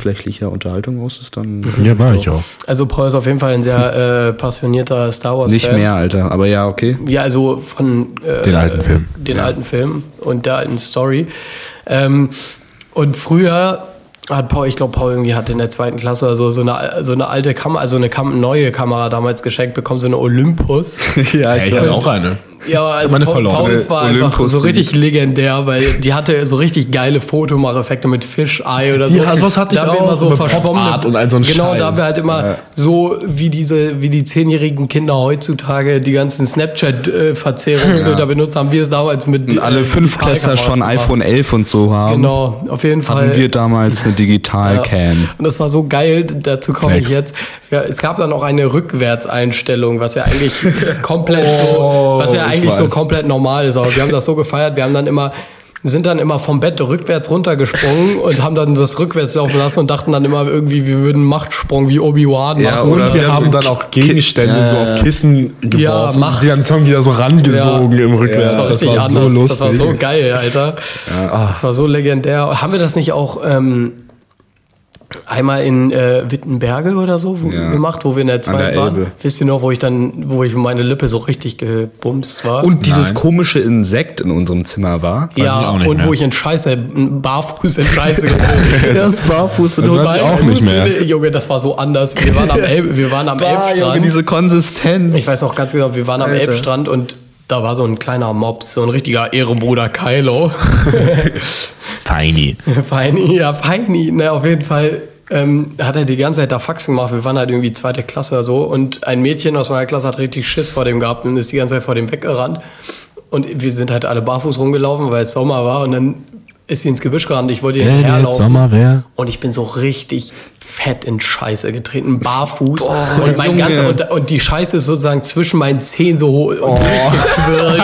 Speaker 3: flächlicher Unterhaltung aus ist, dann.
Speaker 1: Ja, war ich auch.
Speaker 2: Also Paul ist auf jeden Fall ein sehr äh, passionierter Star Wars-Fan.
Speaker 3: Nicht mehr, Alter. Aber ja, okay.
Speaker 2: Ja, also von äh,
Speaker 1: Den alten Film.
Speaker 2: den alten Film und der alten Story. Ähm, und früher hat Paul, ich glaube, Paul irgendwie hatte in der zweiten Klasse oder so, so eine, so eine alte Kamera, also eine Kam neue Kamera damals geschenkt bekommen, so eine Olympus.
Speaker 3: ja,
Speaker 1: Ey, ich hatte auch eine.
Speaker 2: Ja, also
Speaker 1: meine
Speaker 2: Paul-
Speaker 1: verloren.
Speaker 2: Pauls war
Speaker 3: Olympus,
Speaker 2: einfach so
Speaker 3: die-
Speaker 2: richtig legendär, weil die hatte so richtig geile Fotomacheffekte mit Fischei oder so.
Speaker 1: Ja, sowas hatte
Speaker 2: da
Speaker 1: ich
Speaker 2: haben wir
Speaker 1: auch,
Speaker 2: Immer so
Speaker 1: mit
Speaker 2: verschwommene,
Speaker 1: Pop-Art und all so ein
Speaker 2: genau, da haben wir
Speaker 1: Scheiß.
Speaker 2: halt immer so wie diese, wie die zehnjährigen Kinder heutzutage die ganzen Snapchat-Verzerrungsfilter benutzt, haben wir es damals mit
Speaker 3: Und alle
Speaker 2: äh,
Speaker 3: Fünftklässler schon
Speaker 2: Digitalkameras
Speaker 3: iPhone 11 und so haben.
Speaker 2: Genau, auf jeden Fall.
Speaker 3: Hatten wir damals eine Digital-Cam.
Speaker 2: Und das war so geil, dazu komme ich
Speaker 1: Next.
Speaker 2: jetzt. Ja, es gab dann auch eine Rückwärtseinstellung, was ja eigentlich komplett so, was ja
Speaker 1: Oh, ich
Speaker 2: eigentlich so
Speaker 1: weiß.
Speaker 2: komplett normal ist. Aber wir haben das so gefeiert, wir haben dann immer sind dann immer vom Bett rückwärts runtergesprungen und haben dann das rückwärts laufen lassen und dachten dann immer irgendwie, wir würden einen Machtsprung wie Obi-Wan
Speaker 3: Ja,
Speaker 2: machen.
Speaker 3: oder
Speaker 1: Und wir
Speaker 3: Ja,
Speaker 1: haben
Speaker 3: mit
Speaker 1: dann auch Gegenstände
Speaker 3: Ja,
Speaker 1: so
Speaker 3: ja.
Speaker 1: auf Kissen geworfen
Speaker 2: Ja,
Speaker 1: und
Speaker 2: macht.
Speaker 1: sie dann Song wieder so rangesogen
Speaker 2: Ja.
Speaker 1: im Rückwärts.
Speaker 2: Das war
Speaker 1: Das
Speaker 2: richtig
Speaker 1: war so
Speaker 2: anders.
Speaker 1: lustig.
Speaker 2: das war so geil, Alter. Das war so legendär. Haben wir das nicht auch ähm, einmal in äh, Wittenberge oder so wo,
Speaker 3: Ja.
Speaker 2: gemacht, wo wir in der
Speaker 3: der
Speaker 2: zweiten waren.
Speaker 3: Elbe.
Speaker 2: Wisst ihr noch, wo ich dann, wo ich meine Lippe so richtig gebumst war?
Speaker 3: Und dieses
Speaker 1: Nein.
Speaker 3: komische Insekt in unserem Zimmer war.
Speaker 1: ich
Speaker 2: ja,
Speaker 1: auch nicht
Speaker 2: und
Speaker 1: mehr.
Speaker 2: wo ich in Scheiße, barfuß in Scheiße gezogen bin.
Speaker 3: Das barfuß in
Speaker 1: Das
Speaker 3: unserem
Speaker 1: weiß ich
Speaker 2: Weil-
Speaker 1: auch nicht mehr.
Speaker 2: Junge, das war so anders. Wir waren am, Elb, wir waren am
Speaker 3: Bah, Junge,
Speaker 2: Elbstrand.
Speaker 3: diese Konsistenz.
Speaker 2: Ich weiß noch ganz genau, wir waren am
Speaker 3: Alter.
Speaker 2: Elbstrand und da war so ein kleiner Mops, so ein richtiger Ehrenbruder Kylo.
Speaker 1: Feini.
Speaker 2: Feini, ja, Feini. Na, auf jeden Fall ähm, hat er die ganze Zeit da Faxen gemacht. Wir waren halt irgendwie zweite Klasse oder so. Und ein Mädchen aus meiner Klasse hat richtig Schiss vor dem gehabt und ist die ganze Zeit vor dem weggerannt. Und wir sind halt alle barfuß rumgelaufen, weil es Sommer war. Und dann ist sie ins Gebüsch gerannt. Ich wollte ihr hinterherlaufen.
Speaker 1: wäre.
Speaker 2: Und ich bin so richtig fett in Scheiße getreten, barfuß. und, mein
Speaker 3: Junge.
Speaker 2: ganzer, und, und die Scheiße ist sozusagen zwischen meinen Zehen so hoch und
Speaker 3: Oh.
Speaker 2: durchgequirlt.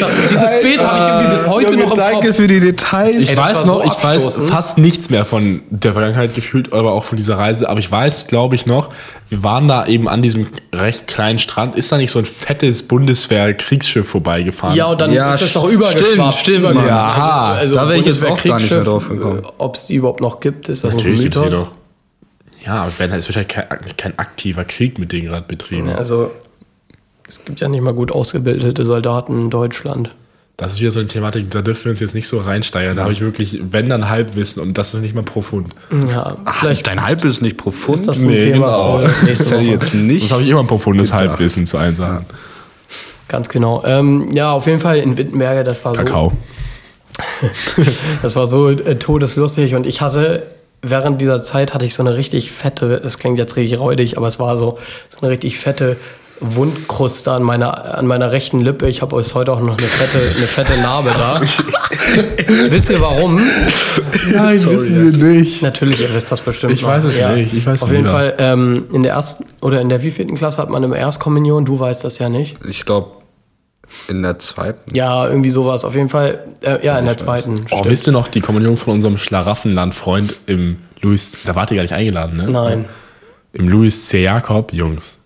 Speaker 2: Das war- das, dieses Bild habe ich irgendwie bis heute
Speaker 3: Junge,
Speaker 2: noch im
Speaker 3: danke
Speaker 2: Kopf.
Speaker 3: für die Details.
Speaker 1: Ich
Speaker 2: Ey, das
Speaker 1: weiß
Speaker 2: war
Speaker 1: noch,
Speaker 2: so
Speaker 1: ich weiß
Speaker 2: abstoßend.
Speaker 1: fast nichts mehr von der Vergangenheit gefühlt, aber auch von dieser Reise. Aber ich weiß, glaube ich, noch, wir waren da eben an diesem recht kleinen Strand. Ist da nicht so ein fettes Bundeswehr-Kriegsschiff vorbeigefahren?
Speaker 2: Ja, und dann
Speaker 3: Ja,
Speaker 2: ist das doch
Speaker 3: st-
Speaker 2: übergeschwappt.
Speaker 3: stimmt, stimmt,
Speaker 2: übergeschwappt. Also,
Speaker 1: Mann. Ja,
Speaker 3: da wär ich jetzt auch gar nicht mehr
Speaker 2: Bundeswehr-Kriegsschiff,
Speaker 3: drauf gekommen.
Speaker 2: äh, Ob es die überhaupt noch gibt, ist das
Speaker 1: natürlich
Speaker 2: ein
Speaker 1: gibt's die
Speaker 2: Mythos?
Speaker 1: doch. Ja, aber wenn, es wird ja kein, kein aktiver Krieg mit denen gerade betrieben.
Speaker 2: Also, es gibt ja nicht mal gut ausgebildete Soldaten in Deutschland.
Speaker 1: Das ist wieder so eine Thematik, da dürfen wir uns jetzt nicht so reinsteigern. Da habe ich wirklich, wenn dann Halbwissen und das ist nicht mal profund.
Speaker 2: Ja, vielleicht
Speaker 3: dein Halb ist nicht profund.
Speaker 2: ist das ein Thema für
Speaker 3: Das
Speaker 2: nächste
Speaker 3: genau. hätte ich
Speaker 2: Woche.
Speaker 3: jetzt nicht.
Speaker 1: Das habe ich immer ein profundes Halbwissen zu allen Sachen.
Speaker 2: Ganz genau. Ähm, ja, auf jeden Fall in Wittenberge, das war so.
Speaker 1: Kakao.
Speaker 2: Das war so äh, todeslustig und ich hatte während dieser Zeit hatte ich so eine richtig fette, das klingt jetzt richtig räudig, aber es war so, so eine richtig fette Wundkruste an meiner an meiner rechten Lippe. Ich habe bis heute auch noch eine fette eine fette Narbe da. Wisst ihr warum?
Speaker 1: Nein, wissen wir nicht.
Speaker 2: Natürlich, ihr wisst das bestimmt.
Speaker 1: Ich weiß es nicht, ich weiß
Speaker 2: Auf
Speaker 1: nicht,
Speaker 2: jeden
Speaker 1: wie das-
Speaker 2: Fall ähm, in der ersten oder in der wievielten Klasse hat man eine Erstkommunion? Du weißt das ja nicht.
Speaker 3: Ich glaube, in der zweiten.
Speaker 2: Ja, irgendwie sowas. Auf jeden Fall äh, ja in der zweiten.
Speaker 1: Oh, wisst ihr noch die Kommunion von unserem Schlaraffenland-Freund im Louis, da wart ihr gar nicht eingeladen, ne?
Speaker 2: Nein.
Speaker 1: Im Louis C. Jakob, Jungs.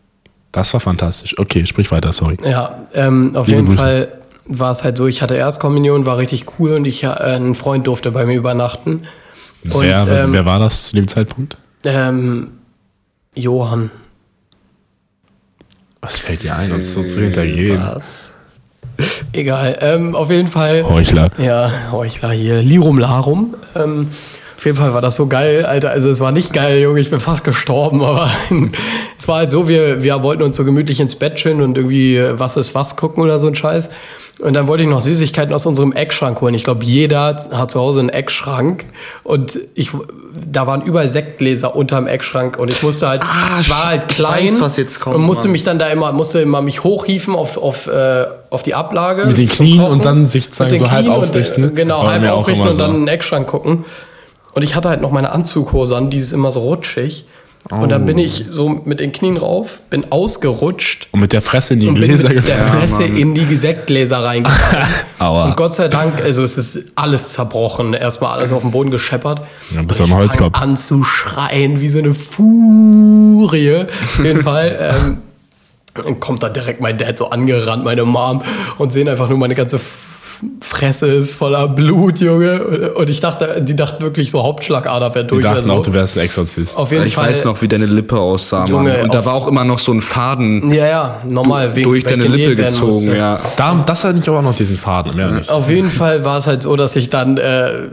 Speaker 1: Das war fantastisch. Okay, sprich weiter, sorry.
Speaker 2: Ja, ähm, auf
Speaker 1: Liebe
Speaker 2: jeden
Speaker 1: Grüße.
Speaker 2: Fall war es halt so, ich hatte Erstkommunion, war richtig cool und ich, äh, ein Freund durfte bei mir übernachten. Und
Speaker 1: wer,
Speaker 2: ähm,
Speaker 1: wer war das zu dem Zeitpunkt?
Speaker 2: ähm, Johann.
Speaker 1: Was fällt dir ein, uns so zu hintergehen?
Speaker 3: Was?
Speaker 2: Egal. Ähm, auf jeden Fall.
Speaker 1: Heuchler.
Speaker 2: Ja, Heuchler hier. Lirum Larum. Ähm, auf jeden Fall war das so geil, Alter. Also es war nicht geil, Junge, ich bin fast gestorben, aber es war halt so, wir, wir wollten uns so gemütlich ins Bett chillen und irgendwie äh, was ist was gucken oder so ein Scheiß. Und dann wollte ich noch Süßigkeiten aus unserem Eckschrank holen. Ich glaube, jeder hat zu Hause einen Eckschrank. Und ich, da waren überall Sektgläser unterm Eckschrank. Und ich musste halt,
Speaker 3: Ah,
Speaker 2: ich war halt
Speaker 3: ich
Speaker 2: klein.
Speaker 3: weiß, was jetzt kommt,
Speaker 2: und musste
Speaker 3: Mann.
Speaker 2: mich dann da immer, musste immer mich hochhieven auf, auf, äh, auf die Ablage.
Speaker 1: Mit den
Speaker 2: zum
Speaker 1: Knien
Speaker 2: Kochen.
Speaker 1: und dann sich sozusagen
Speaker 2: Mit den
Speaker 1: so halb
Speaker 2: Knien und,
Speaker 1: aufrichten, ne?
Speaker 2: äh, Genau,
Speaker 1: Das war
Speaker 2: halb
Speaker 1: mir auch
Speaker 2: aufrichten
Speaker 1: immer
Speaker 2: und dann
Speaker 1: so.
Speaker 2: in den Eckschrank gucken. Und ich hatte halt noch meine Anzughose an, die ist immer so rutschig. Und
Speaker 1: Oh.
Speaker 2: dann bin ich so mit den Knien rauf, bin ausgerutscht
Speaker 1: Und mit der Fresse in die
Speaker 2: und bin
Speaker 1: Gläser
Speaker 2: mit der
Speaker 1: gefallen.
Speaker 2: Fresse in die Sektgläser reingefallen.
Speaker 1: Aua.
Speaker 2: und Gott sei Dank, also es ist alles zerbrochen, erstmal alles auf den Boden gescheppert.
Speaker 1: Ja, bist
Speaker 2: Und
Speaker 1: du am
Speaker 2: ich fang
Speaker 1: Holzkopf.
Speaker 2: an zu schreien wie so eine Furie. Auf jeden Fall. Ähm, dann kommt da direkt mein Dad so angerannt, meine Mom, und sehen einfach nur meine ganze F- Fresse ist voller Blut, Junge. Und ich dachte, die dachten wirklich so Hauptschlagader wäre durch.
Speaker 1: Wir dachten
Speaker 2: also,
Speaker 1: auch, du wärst ein Exorzist.
Speaker 2: auf jeden
Speaker 3: ich
Speaker 2: Fall.
Speaker 3: weiß noch, wie deine Lippe aussah, Mann.
Speaker 2: Junge,
Speaker 3: Und da
Speaker 2: auf-
Speaker 3: war auch immer noch so ein Faden
Speaker 2: Ja, ja, normal. wegen-
Speaker 3: durch
Speaker 2: weil ich
Speaker 3: deine Lippe
Speaker 2: genäht werden musste.
Speaker 3: gezogen. Ja.
Speaker 1: Da, das hat nicht auch noch diesen Faden, mehr nicht.
Speaker 2: Auf jeden Fall war es halt so, dass ich dann äh,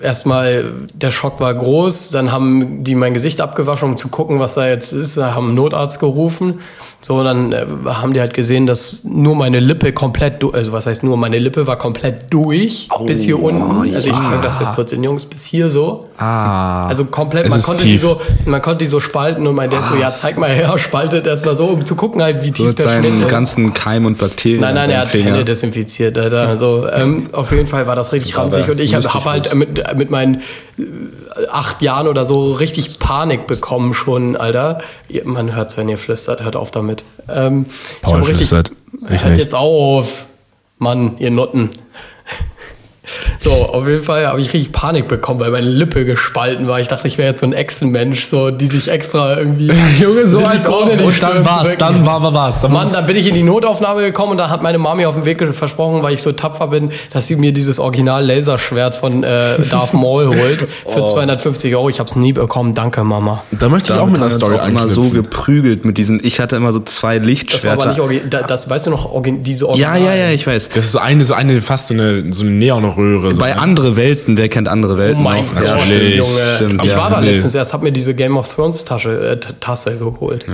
Speaker 2: erstmal der Schock war groß. Dann haben die mein Gesicht abgewaschen, um zu gucken, was da jetzt ist. Da haben einen Notarzt gerufen. So, dann äh, haben die halt gesehen, dass nur meine Lippe komplett, du- also was heißt nur, meine Lippe war komplett durch bis hier unten. Also ich zeig das jetzt kurz den Jungs bis hier so.
Speaker 1: Ah.
Speaker 2: Also komplett,
Speaker 1: Es
Speaker 2: man
Speaker 1: ist
Speaker 2: konnte, die
Speaker 1: tief. Ah.
Speaker 2: so, man konnte die so spalten und mein Dad so, ja, zeig mal her, spaltet erstmal so, um zu gucken halt, wie tief
Speaker 3: Mit
Speaker 2: der Schnitt
Speaker 3: seinen
Speaker 2: ist.
Speaker 3: ganzen Keim und Bakterien.
Speaker 2: Nein,
Speaker 3: an
Speaker 2: nein,
Speaker 3: deinem
Speaker 2: er hat
Speaker 3: Finger.
Speaker 2: Hände desinfiziert. Alter. Also, ähm, auf jeden Fall war das richtig ranzig
Speaker 3: aber
Speaker 2: und ich
Speaker 3: lustig
Speaker 2: habe halt mit, mit meinen äh, acht Jahren oder so richtig Panik bekommen schon, Alter. Ihr- Man hört's, wenn ihr flüstert, hört auf damit. Ähm, ich
Speaker 1: Paul
Speaker 2: hab richtig,
Speaker 1: flüstert. Ich
Speaker 2: hört
Speaker 1: nicht.
Speaker 2: jetzt auf. Mann, ihr Nutten. So, auf jeden Fall habe ich richtig Panik bekommen, weil meine Lippe gespalten war. Ich dachte, ich wäre jetzt so ein Echsenmensch, so, die sich extra irgendwie.
Speaker 4: Junge, so als
Speaker 2: Silikone
Speaker 4: ob.
Speaker 2: in den
Speaker 4: Und dann
Speaker 2: Stirn
Speaker 4: war's,
Speaker 2: drücken.
Speaker 4: dann war, war, war's. Dann
Speaker 2: Mann,
Speaker 4: war's.
Speaker 2: dann bin ich in die Notaufnahme gekommen und da hat meine Mami auf dem Weg versprochen, weil ich so tapfer bin, dass sie mir dieses Original Laserschwert von äh, Darth Maul holt für
Speaker 3: Oh.
Speaker 2: 250 Euro. Ich habe es nie bekommen. Danke, Mama.
Speaker 1: Da möchte ich auch mit
Speaker 3: Damit
Speaker 1: einer
Speaker 3: haben wir
Speaker 1: Story
Speaker 3: uns auch immer so
Speaker 1: anknüpfen.
Speaker 3: geprügelt mit diesen. Ich hatte immer so zwei
Speaker 2: Das war
Speaker 3: Lichtschwerter.
Speaker 2: aber nicht original. Da, das weißt du noch, orgi- diese
Speaker 3: ja,
Speaker 2: Original.
Speaker 3: ja, ja, ich weiß.
Speaker 1: Das ist so eine, so eine fast so eine, so eine Neonröhre. So,
Speaker 3: Bei
Speaker 1: ne?
Speaker 3: andere Welten, wer kennt andere
Speaker 2: Oh
Speaker 3: Welten?
Speaker 2: mein
Speaker 3: noch?
Speaker 2: Gott,
Speaker 1: natürlich.
Speaker 2: Junge.
Speaker 3: Stimmt,
Speaker 2: ich
Speaker 3: ja.
Speaker 2: war da
Speaker 1: Nee.
Speaker 2: letztens erst, hab mir diese Game of Thrones Tasche, äh, T- Tasse geholt.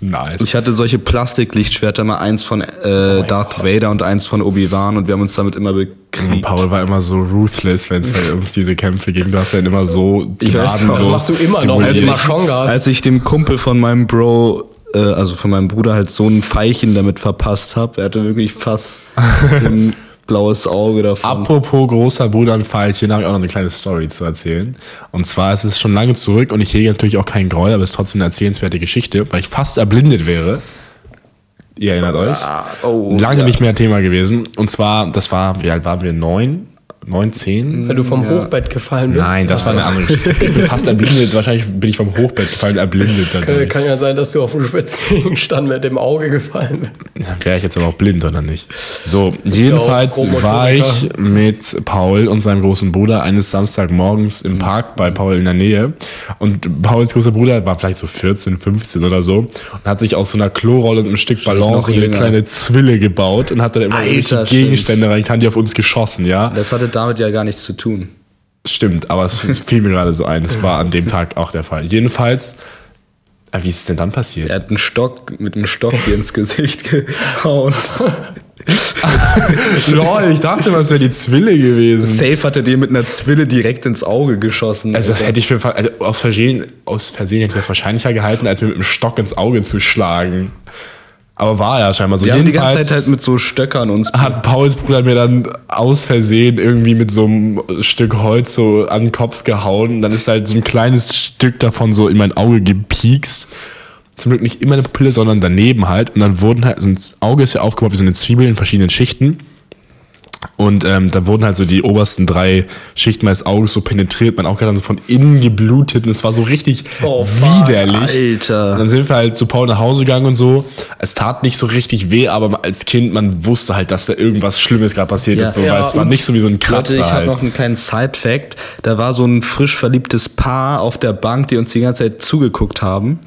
Speaker 1: Nice.
Speaker 3: Ich hatte solche Plastiklichtschwerter, mal eins von
Speaker 2: Oh
Speaker 3: äh, Darth Vader und eins von Obi-Wan und wir haben uns damit immer
Speaker 2: Hm,
Speaker 1: Und
Speaker 3: bekriegt.
Speaker 1: Paul war immer so ruthless, wenn es bei uns diese Kämpfe ging. Du hast ja immer so
Speaker 3: Ich weiß noch.
Speaker 2: Das machst du immer
Speaker 1: die
Speaker 2: noch mit
Speaker 1: Welt-
Speaker 3: Als
Speaker 2: den
Speaker 3: ich, als
Speaker 2: Machongas.
Speaker 3: ich dem Kumpel von meinem Bro, äh, also von meinem Bruder, halt so ein Pfeilchen damit verpasst habe, er hatte wirklich fast ein blaues Auge davon.
Speaker 1: Apropos großer Bruder und Pfeilchen, da habe ich auch noch eine kleine Story zu erzählen. Und zwar ist es schon lange zurück und ich hege natürlich auch keinen Groll, aber es ist trotzdem eine erzählenswerte Geschichte, weil ich fast erblindet wäre. Ihr erinnert euch.
Speaker 3: oh,
Speaker 1: lange nicht mehr Thema gewesen. Und zwar, das war, wie alt waren wir? Neun? Neun, zehn?
Speaker 2: Weil du vom Hochbett gefallen bist. Äh,
Speaker 1: Nein, das war eine andere Geschichte. Ich bin fast erblindet. Wahrscheinlich bin ich vom Hochbett gefallen, erblindet.
Speaker 2: Kann,
Speaker 1: dadurch.
Speaker 2: kann ja sein, dass du auf dem Spitzengegenstand mit dem Auge gefallen bist.
Speaker 1: Wäre ich jetzt aber auch blind oder nicht? So,
Speaker 2: ja
Speaker 1: jedenfalls
Speaker 2: auch
Speaker 1: war ich
Speaker 2: Grobmotoriker.
Speaker 1: mit Paul und seinem großen Bruder eines Samstagmorgens im Park bei Paul in der Nähe. Und Pauls großer Bruder war vielleicht so 14, 15 oder so und hat sich aus so einer Klorolle und einem Stück Balance
Speaker 3: noch
Speaker 1: eine
Speaker 3: jünger.
Speaker 1: kleine Zwille gebaut und hat dann immer irgendwelche
Speaker 3: Alter, stimmt.
Speaker 1: Gegenstände reingetan, die auf uns geschossen, ja?
Speaker 3: Das hatte damit ja gar nichts zu tun.
Speaker 1: Stimmt, aber es fiel mir gerade so ein. Das war an dem Tag auch der Fall. Jedenfalls, Ah, wie ist es denn dann passiert?
Speaker 3: Er hat einen Stock mit einem Stock dir ins Gesicht gehauen.
Speaker 1: Lol, ich dachte mal, es wäre die Zwille gewesen.
Speaker 3: Safe hat er dir mit einer Zwille direkt ins Auge geschossen.
Speaker 1: Also das
Speaker 3: Alter.
Speaker 1: hätte ich für also aus Versehen, aus Versehen hätte ich das wahrscheinlicher gehalten, als mir mit dem Stock ins Auge zu schlagen. Aber war ja scheinbar so.
Speaker 3: Wir haben die ganze
Speaker 1: Jedenfalls
Speaker 3: Zeit halt mit so Stöckern uns.
Speaker 1: hat Pauls Bruder mir dann aus Versehen irgendwie mit so einem Stück Holz so an den Kopf gehauen. Dann ist halt so ein kleines Stück davon so in mein Auge gepiekst. Zum Glück nicht immer eine Pupille, sondern daneben halt. Und dann wurden halt, so ein Auge ist ja aufgebaut wie so eine Zwiebel in verschiedenen Schichten. Und ähm, da wurden halt so die obersten drei Schichten meines Auges so penetriert. Mein Auge hat dann so von innen geblutet und es war so richtig
Speaker 2: Oh, fuck,
Speaker 1: widerlich.
Speaker 3: Alter.
Speaker 1: Und dann sind wir halt zu Paul nach Hause gegangen und so. Es tat nicht so richtig weh, aber als Kind, man wusste halt, dass da irgendwas Schlimmes gerade passiert
Speaker 3: Ja.
Speaker 1: ist. So,
Speaker 2: Ja,
Speaker 1: weil es war
Speaker 2: und-
Speaker 1: nicht so wie so ein
Speaker 3: Leute,
Speaker 1: Kratzer
Speaker 3: ich habe
Speaker 1: halt.
Speaker 3: noch einen kleinen Side-Fact. Da war so ein frisch verliebtes Paar auf der Bank, die uns die ganze Zeit zugeguckt haben,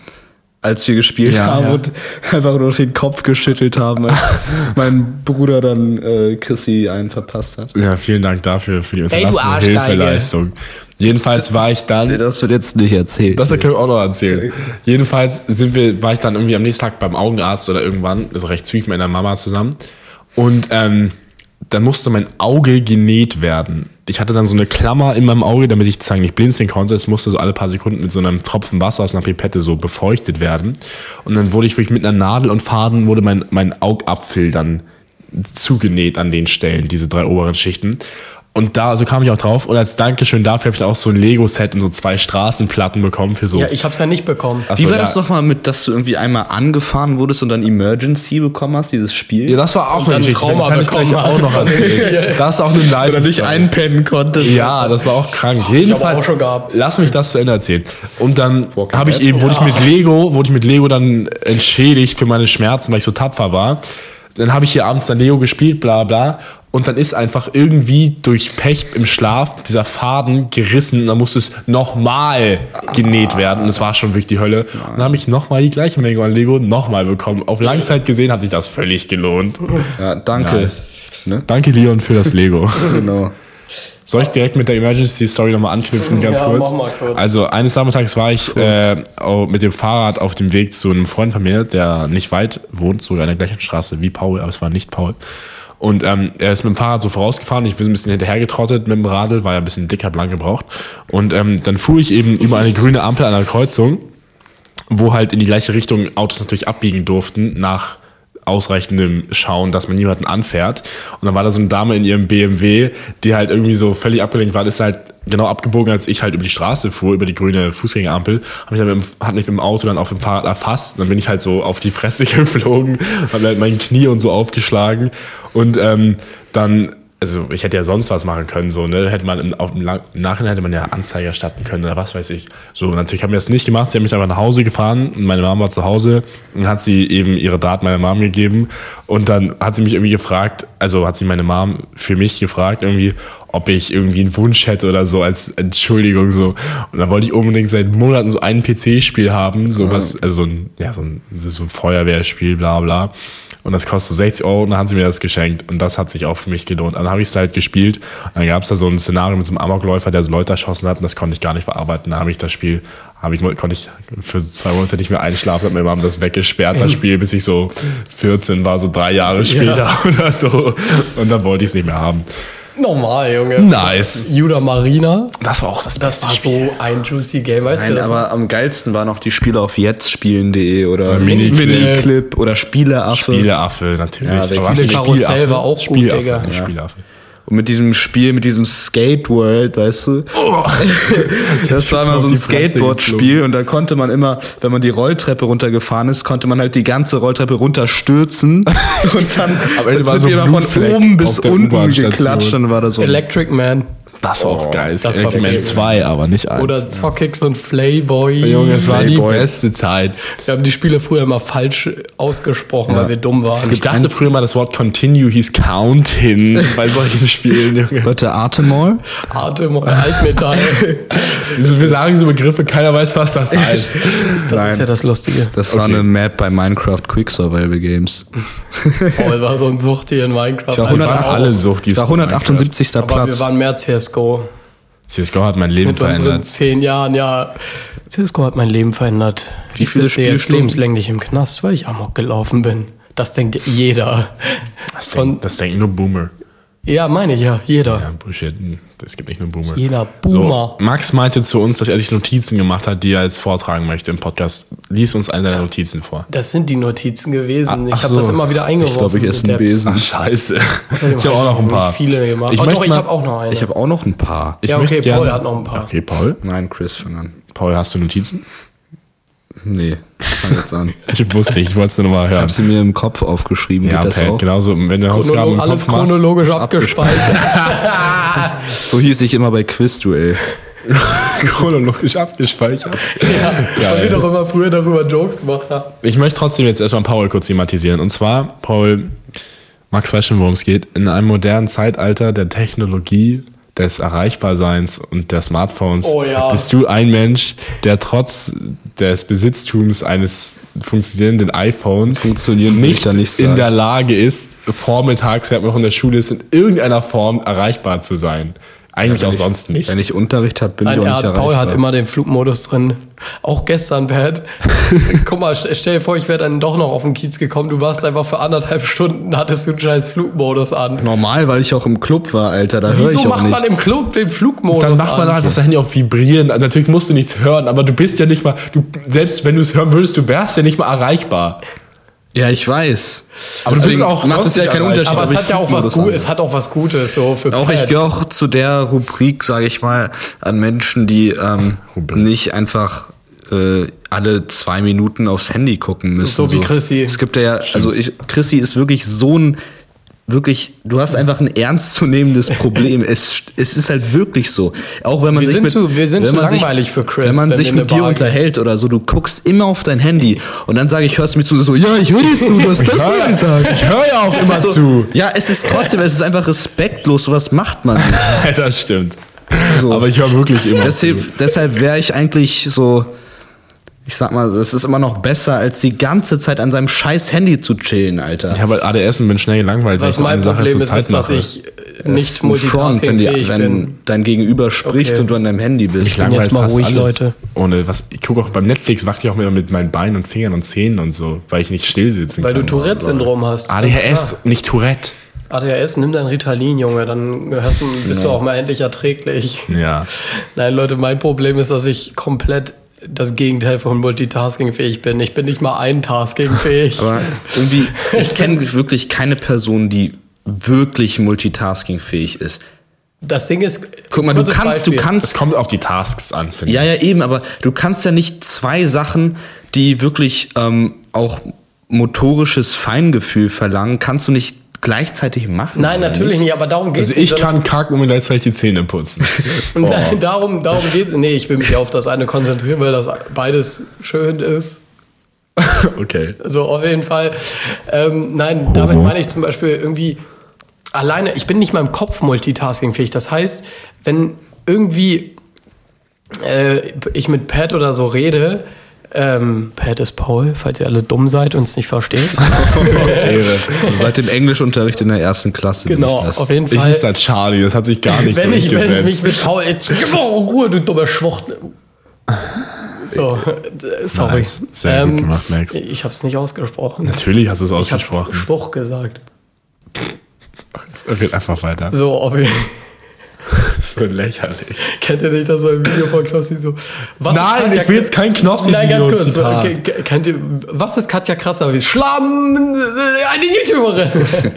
Speaker 3: als wir gespielt
Speaker 1: Ja,
Speaker 3: haben
Speaker 1: ja.
Speaker 3: und einfach nur den Kopf geschüttelt haben, als mein Bruder dann äh, Chrissy einen verpasst hat.
Speaker 1: ja, vielen Dank dafür, für die unterlassene
Speaker 2: Arschgeige.
Speaker 1: Hilfeleistung. Jedenfalls war ich dann...
Speaker 3: Das wird jetzt nicht erzählt.
Speaker 1: Das können wir auch noch erzählen. Jedenfalls sind wir, war ich dann irgendwie am nächsten Tag beim Augenarzt oder irgendwann, also recht zügig mit meiner Mama zusammen. Und ähm, dann musste mein Auge genäht werden. Ich hatte dann so eine Klammer in meinem Auge, damit ich sozusagen nicht blinzeln konnte. Es musste so alle paar Sekunden mit so einem Tropfen Wasser aus einer Pipette so befeuchtet werden. Und dann wurde ich wirklich mit einer Nadel und Faden wurde mein, mein Augapfel dann zugenäht an den Stellen, diese drei oberen Schichten. Und da, so kam ich auch drauf. Und als Dankeschön dafür habe ich dann auch so ein Lego-Set und so zwei Straßenplatten bekommen für so.
Speaker 2: Ja, ich hab's ja nicht bekommen.
Speaker 1: Ach so,
Speaker 3: Wie war
Speaker 1: ja.
Speaker 3: das nochmal mit, dass du irgendwie einmal angefahren wurdest und dann Emergency bekommen hast, dieses Spiel?
Speaker 1: Ja, das war auch
Speaker 2: Und dann Trauma
Speaker 1: kann ich gleich
Speaker 2: bekommen
Speaker 1: auch
Speaker 2: hast.
Speaker 1: noch erzählen. Das ist auch eine nice
Speaker 3: Oder nicht
Speaker 1: Story.
Speaker 3: einpennen konntest.
Speaker 1: Ja, das war auch krank. Jedenfalls,
Speaker 2: auch schon gehabt.
Speaker 1: lass mich das zu Ende erzählen. Und dann
Speaker 3: Walking
Speaker 1: habe ich
Speaker 3: Dead?
Speaker 1: eben, wurde ich
Speaker 2: Ah.
Speaker 1: mit Lego, wurde ich mit Lego dann entschädigt für meine Schmerzen, weil ich so tapfer war. Dann habe ich hier abends dann Lego gespielt, bla bla. Und dann ist einfach irgendwie durch Pech im Schlaf dieser Faden gerissen und dann musste es nochmal genäht werden. Und es war schon wirklich die Hölle. Und dann habe ich nochmal die gleiche Menge an Lego nochmal bekommen. Auf Langzeit gesehen hat sich das völlig gelohnt.
Speaker 3: Ja, danke.
Speaker 1: Nice.
Speaker 3: Ne?
Speaker 1: Danke, Leon, für das Lego.
Speaker 3: Genau.
Speaker 1: Soll ich direkt mit der Emergency Story nochmal anknüpfen, ganz
Speaker 2: Ja,
Speaker 1: kurz?
Speaker 2: mach mal kurz.
Speaker 1: Also eines Nachmittags war ich äh, au- mit dem Fahrrad auf dem Weg zu einem Freund von mir, der nicht weit wohnt, sogar in der gleichen Straße wie Paul, aber es war nicht Paul. Und ähm, er ist mit dem Fahrrad so vorausgefahren, ich bin so ein bisschen hinterhergetrottet mit dem Radl, war ja ein bisschen dicker, blank gebraucht. Und ähm, dann fuhr ich eben über eine grüne Ampel an einer Kreuzung wo halt in die gleiche Richtung Autos natürlich abbiegen durften, nach ausreichendem Schauen, dass man niemanden anfährt. Und dann war da so eine Dame in ihrem BMW, die halt irgendwie so völlig abgelenkt war, ist halt genau abgebogen, als ich halt über die Straße fuhr, über die grüne Fußgängerampel, hab mich dann mit, dem- hat mich mit dem Auto dann auf dem Fahrrad erfasst und dann bin ich halt so auf die Fresse geflogen, hab halt mein Knie und so aufgeschlagen und ähm, dann also ich hätte ja sonst was machen können, so, ne? Hätte man im, auf dem Lang- im Nachhinein hätte man ja Anzeige erstatten können oder was weiß ich. So, natürlich haben wir das nicht gemacht, sie haben mich einfach nach Hause gefahren und meine Mama war zu Hause und hat sie eben ihre Daten meiner Mom gegeben und dann hat sie mich irgendwie gefragt, also hat sie meine Mom für mich gefragt irgendwie, ob ich irgendwie einen Wunsch hätte oder so als Entschuldigung so. Und dann wollte ich unbedingt seit Monaten so ein PC-Spiel haben, sowas, also so ein, ja, so ein, das ist so ein Feuerwehrspiel, bla bla. Und das kostet so 60 Euro und dann haben sie mir das geschenkt. Und das hat sich auch für mich gelohnt. Dann habe ich es halt gespielt. Und dann gab es da so ein Szenario mit so einem Amokläufer, der so Leute erschossen hat und das konnte ich gar nicht verarbeiten. Dann habe ich das Spiel, habe ich, konnte ich für zwei Monate nicht mehr einschlafen, hat mir Mom das weggesperrt, das Spiel, bis ich so 14 war, so drei Jahre später oder so. Und dann wollte ich es nicht mehr haben.
Speaker 2: Normal, Junge.
Speaker 1: Nice.
Speaker 2: Judah Marina,
Speaker 1: Das war auch das
Speaker 2: das war
Speaker 1: Spiel.
Speaker 2: so ein juicy Game, weißt du
Speaker 3: Ah, Nein,
Speaker 2: das?
Speaker 3: aber am geilsten waren noch die Spiele auf jetztspielen.de oder
Speaker 1: Miniclip.
Speaker 3: Miniclip oder Spieleaffe.
Speaker 1: Spieleaffe, natürlich.
Speaker 3: Ja, der
Speaker 1: Aber hast du
Speaker 2: Spielekarussell
Speaker 1: Spielaffe?
Speaker 2: war auch gut,
Speaker 1: Spielaffe,
Speaker 2: Digga.
Speaker 1: ja.
Speaker 2: Ja.
Speaker 1: Spielaffe.
Speaker 3: Und mit diesem Spiel, mit diesem Skate World, weißt du? das war mal so
Speaker 1: Oh. auf
Speaker 3: ein
Speaker 1: die Fresse
Speaker 3: Skateboard-Spiel und da konnte man immer, wenn man die Rolltreppe runtergefahren ist, konnte man halt die ganze Rolltreppe runterstürzen und dann,
Speaker 1: Am Ende
Speaker 3: dann
Speaker 1: war so
Speaker 3: sind wir
Speaker 1: ein
Speaker 3: immer von
Speaker 1: Blutfleck
Speaker 3: oben
Speaker 1: auf
Speaker 3: bis
Speaker 1: der
Speaker 3: unten
Speaker 1: U-Bahn-Station.
Speaker 3: geklatscht und war da so.
Speaker 2: Electric Man
Speaker 1: Oh, Das war auch geil.
Speaker 2: das war
Speaker 1: Electric Man
Speaker 2: wirklich-
Speaker 1: 2, aber nicht 1.
Speaker 2: oder Zockix und Playboy.
Speaker 3: Oh,
Speaker 1: Junge, es war die
Speaker 3: Playboy.
Speaker 1: beste Zeit.
Speaker 2: Wir haben die Spiele früher immer falsch ausgesprochen, weil wir dumm waren.
Speaker 1: Ich dachte früher mal, das Wort Continue hieß Counting bei solchen Spielen, Junge.
Speaker 3: Leute, Atemall?
Speaker 2: Atem und Altmetall.
Speaker 1: Wir sagen diese Begriffe, keiner weiß, was das heißt.
Speaker 2: Das ist ja das Lustige.
Speaker 3: Das war eine Map bei Minecraft Quick Survival Games.
Speaker 2: Paul war so ein Suchtier in Minecraft.
Speaker 3: Ich war
Speaker 2: Wir waren
Speaker 3: 108
Speaker 2: auch-
Speaker 1: alle Suchtis
Speaker 3: war
Speaker 1: von
Speaker 3: 178.
Speaker 2: aber wir
Speaker 3: Platz.
Speaker 2: waren mehr CSGO.
Speaker 1: CSGO hat mein Leben
Speaker 2: Mit unseren
Speaker 1: verändert.
Speaker 2: zehn Jahren, ja. CSGO hat mein Leben verändert.
Speaker 3: Wie
Speaker 2: ich
Speaker 3: viele
Speaker 2: sitze jetzt
Speaker 3: Spielstunden?
Speaker 2: lebenslänglich im Knast, weil ich Amok gelaufen bin. Das denkt jeder.
Speaker 1: Das
Speaker 2: Von-
Speaker 1: denken, das denken nur Boomer.
Speaker 2: ja, meine ich ja, jeder.
Speaker 1: Ja, Bullshit. Es gibt nicht nur Boomer.
Speaker 2: Jeder Boomer.
Speaker 1: So, Max meinte zu uns, dass er sich Notizen gemacht hat, die er jetzt vortragen möchte im Podcast. Lies uns eine deiner Notizen vor.
Speaker 2: Das sind die Notizen gewesen.
Speaker 1: Ach,
Speaker 2: ich
Speaker 1: ach
Speaker 2: habe
Speaker 1: so.
Speaker 2: das immer wieder eingeworfen.
Speaker 3: Ich glaube, ich
Speaker 2: mit
Speaker 3: esse einen
Speaker 2: Apps.
Speaker 3: Besen.
Speaker 1: Ach, scheiße. Mhm. Ich
Speaker 2: hab ich
Speaker 1: habe auch noch ein paar.
Speaker 2: Viele gemacht.
Speaker 1: Ich
Speaker 2: Oh,
Speaker 1: möchte
Speaker 2: doch, ich
Speaker 1: mal-
Speaker 2: habe auch noch eine.
Speaker 3: Ich habe auch noch ein paar.
Speaker 1: Ich
Speaker 2: Ja, okay,
Speaker 1: möchte
Speaker 2: Paul
Speaker 1: gerne-
Speaker 2: hat noch ein paar.
Speaker 1: Okay, Paul.
Speaker 3: Nein, Chris, fang an.
Speaker 1: Paul, hast du Notizen?
Speaker 3: Nee, fang jetzt an.
Speaker 1: Ich wusste, ich wollte es nur mal
Speaker 3: Ich
Speaker 1: hören.
Speaker 3: habe sie mir im Kopf aufgeschrieben.
Speaker 1: Ja, genau.
Speaker 3: Geht das
Speaker 1: Pat,
Speaker 3: auch?
Speaker 1: genauso. Und Wenn du Hausaufgaben im
Speaker 2: Chronolog
Speaker 1: Kopf
Speaker 2: alles
Speaker 1: machst,
Speaker 2: chronologisch abgespeichert.
Speaker 3: So hieß ich immer bei Quizduell.
Speaker 1: chronologisch abgespeichert.
Speaker 2: Weil wir doch immer früher darüber Jokes gemacht haben.
Speaker 1: Ich möchte trotzdem jetzt erstmal Paul kurz thematisieren. Und zwar, Paul, Max weiß schon, worum es geht. In einem modernen Zeitalter der Technologie, des Erreichbarseins und der Smartphones
Speaker 2: Oh ja.
Speaker 1: bist du ein Mensch, der trotz des Besitztums eines funktionierenden iPhones
Speaker 3: Funktionieren will ich
Speaker 1: nicht,
Speaker 3: da nicht sagen.
Speaker 1: in der Lage ist, vormittags, während man noch in der Schule ist, in irgendeiner Form erreichbar zu sein. Eigentlich auch sonst nicht.
Speaker 3: Wenn ich Unterricht habe, bin
Speaker 2: Nein,
Speaker 3: ich auch
Speaker 2: er
Speaker 3: nicht
Speaker 2: hat,
Speaker 3: erreichbar.
Speaker 2: Paul hat immer den Flugmodus drin. Auch gestern, Pat. Guck mal, st- stell dir vor, ich wäre dann doch noch auf den Kiez gekommen. Du warst einfach für anderthalb Stunden, hattest du einen scheiß Flugmodus an.
Speaker 3: Normal, weil ich auch im Club war, Alter. Da höre ich
Speaker 2: Wieso
Speaker 3: auch
Speaker 2: macht
Speaker 3: nichts.
Speaker 2: man im Club den Flugmodus
Speaker 1: Dann macht man
Speaker 2: an?
Speaker 1: halt das Handy auf vibrieren. Natürlich musst du nichts hören, aber du bist ja nicht mal, du, selbst wenn du es hören würdest, du wärst ja nicht mal erreichbar.
Speaker 3: ja, ich weiß.
Speaker 1: Aber du bist
Speaker 3: Deswegen
Speaker 1: auch
Speaker 3: macht
Speaker 1: sonst
Speaker 3: es ja
Speaker 1: nicht
Speaker 3: keinen
Speaker 1: erreichbar.
Speaker 3: Unterschied.
Speaker 2: aber es
Speaker 3: ob
Speaker 2: hat
Speaker 3: ich
Speaker 2: ja auch was
Speaker 3: Flugmodus
Speaker 2: Gutes,
Speaker 3: habe.
Speaker 2: es hat auch was Gutes so für
Speaker 3: Auch ich
Speaker 2: Pat.
Speaker 3: gehöre auch zu der Rubrik, sage ich mal, an Menschen, die ähm,
Speaker 1: Rubrik.
Speaker 3: nicht einfach äh, alle zwei Minuten aufs Handy gucken müssen.
Speaker 2: So wie Chrissy.
Speaker 3: Es gibt ja, also ich, Chrissy ist wirklich so ein wirklich, du hast einfach ein ernstzunehmendes Problem. Es, es ist halt wirklich so. Auch wenn man
Speaker 2: Wir
Speaker 3: sich
Speaker 2: sind
Speaker 3: mit,
Speaker 2: zu- wir sind
Speaker 3: wenn
Speaker 2: zu
Speaker 3: man sich-
Speaker 2: langweilig für Chris,
Speaker 3: Wenn man
Speaker 2: wenn wir
Speaker 3: sich
Speaker 2: in eine
Speaker 3: mit dir
Speaker 2: Bar gehen.
Speaker 3: unterhält oder so, du guckst immer auf dein Handy und dann sage ich, hörst du mir zu, so, ja, ich höre dir zu, du hast das
Speaker 1: ja.
Speaker 3: hier gesagt.
Speaker 1: Ich höre ja auch
Speaker 3: Es
Speaker 1: immer
Speaker 3: ist so,
Speaker 1: zu.
Speaker 3: Ja, es ist trotzdem, es ist einfach respektlos. Sowas macht man nicht.
Speaker 1: das stimmt.
Speaker 3: So.
Speaker 1: Aber ich höre wirklich immer zu.
Speaker 3: deshalb deshalb wäre ich eigentlich so, ich sag mal, es ist immer noch besser, als die ganze Zeit an seinem scheiß Handy zu chillen, Alter.
Speaker 1: Ich habe halt ADS und bin schnell gelangweilt, weil
Speaker 2: Was
Speaker 1: ich nur
Speaker 2: mein
Speaker 1: eine Sache
Speaker 2: Problem
Speaker 1: zur
Speaker 2: ist,
Speaker 1: Zeit
Speaker 2: ist, dass
Speaker 1: mache.
Speaker 2: ich äh,
Speaker 3: Das
Speaker 2: nicht
Speaker 3: ist ein Front, wenn, die,
Speaker 2: multitaskingfähig bin.
Speaker 3: wenn dein Gegenüber spricht
Speaker 2: Okay.
Speaker 3: und du an deinem Handy bist.
Speaker 1: Ich langweile
Speaker 2: jetzt mal
Speaker 1: fast
Speaker 2: ruhig, Leute.
Speaker 1: Ohne was, ich gucke auch beim Netflix, wacke ich auch immer mit meinen Beinen und Fingern und Zähnen und so, weil ich nicht still sitzen
Speaker 2: Weil du
Speaker 1: kann.
Speaker 2: Tourette-Syndrom hast. ganz
Speaker 1: ADHS, nicht Tourette.
Speaker 2: klar. ADHS, nimm dein Ritalin, Junge, dann hörst du, bist
Speaker 3: Genau.
Speaker 2: du auch mal endlich erträglich.
Speaker 1: Ja.
Speaker 2: Nein, Leute, mein Problem ist, dass ich komplett das Gegenteil von multitaskingfähig bin. Ich bin nicht mal eintaskingfähig.
Speaker 3: Aber irgendwie, ich kenne wirklich keine Person, die wirklich multitaskingfähig ist.
Speaker 2: das Ding ist.
Speaker 3: Guck mal, du
Speaker 2: kurzes
Speaker 3: kannst, du
Speaker 2: Beispiel.
Speaker 1: Es
Speaker 3: kannst
Speaker 1: kommt auf die Tasks an, finde
Speaker 3: Ja, ja, eben, aber du kannst ja nicht zwei Sachen, die wirklich ähm, auch motorisches Feingefühl verlangen, kannst du nicht gleichzeitig machen?
Speaker 2: Nein,
Speaker 3: oder
Speaker 2: natürlich
Speaker 3: nicht?
Speaker 2: nicht, aber darum geht's
Speaker 1: Also ich
Speaker 2: nicht,
Speaker 1: kann
Speaker 2: sondern-
Speaker 1: kacken und mir gleichzeitig die Zähne putzen.
Speaker 3: Oh.
Speaker 2: Nein, darum, darum geht's. Nee, ich will mich auf das eine konzentrieren, weil das beides schön ist.
Speaker 1: Okay.
Speaker 2: So, Also auf jeden Fall. Ähm, nein, damit meine ich zum Beispiel irgendwie alleine, ich bin nicht mal im Kopf multitaskingfähig. Das heißt, wenn irgendwie äh, ich mit Pat oder so rede, ähm, Pat ist Paul, falls ihr alle dumm seid und es nicht versteht.
Speaker 3: Also seit dem Englischunterricht in der ersten Klasse. bin
Speaker 2: genau,
Speaker 3: ich das.
Speaker 2: auf jeden
Speaker 1: Ich
Speaker 2: Fall.
Speaker 1: hieß da Charlie, das hat sich gar nicht
Speaker 2: wenn, ich, wenn ich mich
Speaker 1: durchgesetzt.
Speaker 2: mit Paul. Jetzt, gib mal Ruhe, du dummer Schwuchtel. So, äh, sorry. Ähm,
Speaker 1: Nice. Sehr gut gemacht, Max.
Speaker 2: Ich habe es nicht ausgesprochen.
Speaker 1: Natürlich hast du es
Speaker 2: Ich habe
Speaker 1: ausgesprochen.
Speaker 2: Schwuch gesagt.
Speaker 1: Geht einfach weiter.
Speaker 2: So, auf jeden Fall.
Speaker 1: So lächerlich.
Speaker 2: Kennt ihr nicht das so ein Video von Knossi so? Was ist
Speaker 1: Nein,
Speaker 2: Katja
Speaker 1: ich will jetzt kein Knossi-Video,
Speaker 2: Nein, ganz kurz.
Speaker 1: Zitat.
Speaker 2: Ke- ke- Kennt ihr, was ist Katja krasser? Wie Schlamm, äh, eine YouTuberin.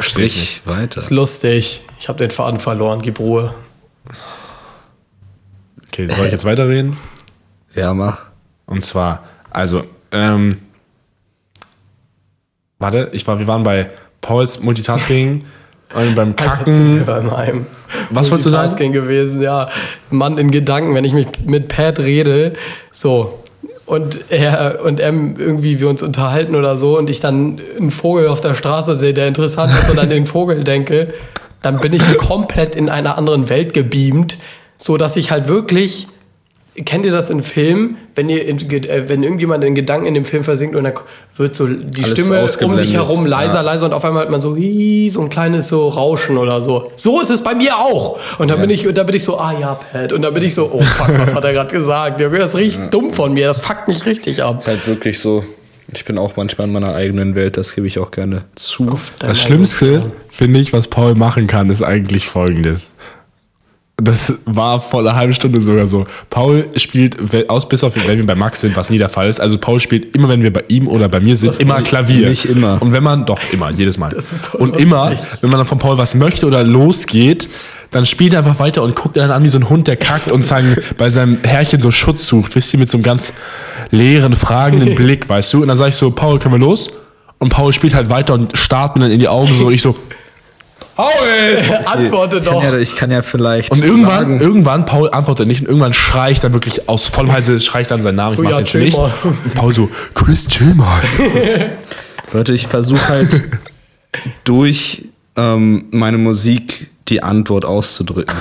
Speaker 3: Strich weiter.
Speaker 2: ist lustig. Ich habe den Faden verloren, gib Ruhe.
Speaker 1: Okay, soll ich jetzt weiterreden?
Speaker 3: Ja, mach.
Speaker 1: Und zwar, also, ähm, warte, ich war, wir waren bei Pauls Multitasking und beim Kacken.
Speaker 2: Bei meinem
Speaker 1: Was wolltest du sagen?
Speaker 2: Multitasking gewesen, ja. Mann in Gedanken, wenn ich mich mit Pat rede, so. Und er und er irgendwie wir uns unterhalten oder so und ich dann einen Vogel auf der Straße sehe, der interessant ist und an den Vogel denke, dann bin ich komplett in einer anderen Welt gebeamt, so dass ich halt wirklich Kennt ihr das in Filmen, wenn ihr in, Ge- äh, wenn irgendjemand in Gedanken in dem Film versinkt und dann k- wird so die Stimme um
Speaker 3: ausgeblendet,
Speaker 2: dich herum leiser,
Speaker 3: ja.
Speaker 2: leiser und auf einmal hat man so hi, so ein kleines so Rauschen oder so. So ist es bei mir auch. Und dann bin ich und dann bin ich so ah ja Pat und dann bin ich so oh fuck, was hat er gerade gesagt? Junge, das riecht dumm von mir, das fuckt mich richtig ab.
Speaker 3: Ist halt wirklich so. Ich bin auch manchmal in meiner eigenen Welt, das gebe ich auch gerne zu.
Speaker 1: Das Schlimmste, finde ich, was Paul machen kann, ist eigentlich folgendes. Das war vor einer halben Stunde sogar so. Paul spielt we- aus, bis auf wenn wir bei Max sind, was nie der Fall ist. Also Paul spielt immer, wenn wir bei ihm oder bei mir sind, immer Klavier.
Speaker 3: nicht immer.
Speaker 1: Und wenn man, doch, immer, jedes Mal.
Speaker 2: ist so
Speaker 1: und
Speaker 2: lustig.
Speaker 1: immer, wenn man dann von Paul was möchte oder losgeht, dann spielt er einfach weiter und guckt er dann an wie so ein Hund, der kackt und sein, bei seinem Herrchen so Schutz sucht. Wisst ihr, mit so einem ganz leeren, fragenden Blick, weißt du? Und dann sage ich so, Paul, können wir los? Und Paul spielt halt weiter und starrt mir dann in die Augen so und ich so, Paul!
Speaker 2: Antworte
Speaker 3: ich kann
Speaker 2: doch.
Speaker 3: Ja, ich kann ja vielleicht.
Speaker 1: Und irgendwann,
Speaker 3: sagen-
Speaker 1: irgendwann, Paul antwortet nicht und irgendwann schrei ich dann wirklich aus vollem Halse, schrei ich dann seinen Namen,
Speaker 2: So,
Speaker 1: ich mach's
Speaker 2: ja,
Speaker 1: jetzt
Speaker 2: chill
Speaker 1: nicht.
Speaker 2: mal.
Speaker 1: Und Paul so, Chris, chill mal.
Speaker 3: Leute, ich versuche halt durch ähm, meine Musik die Antwort auszudrücken.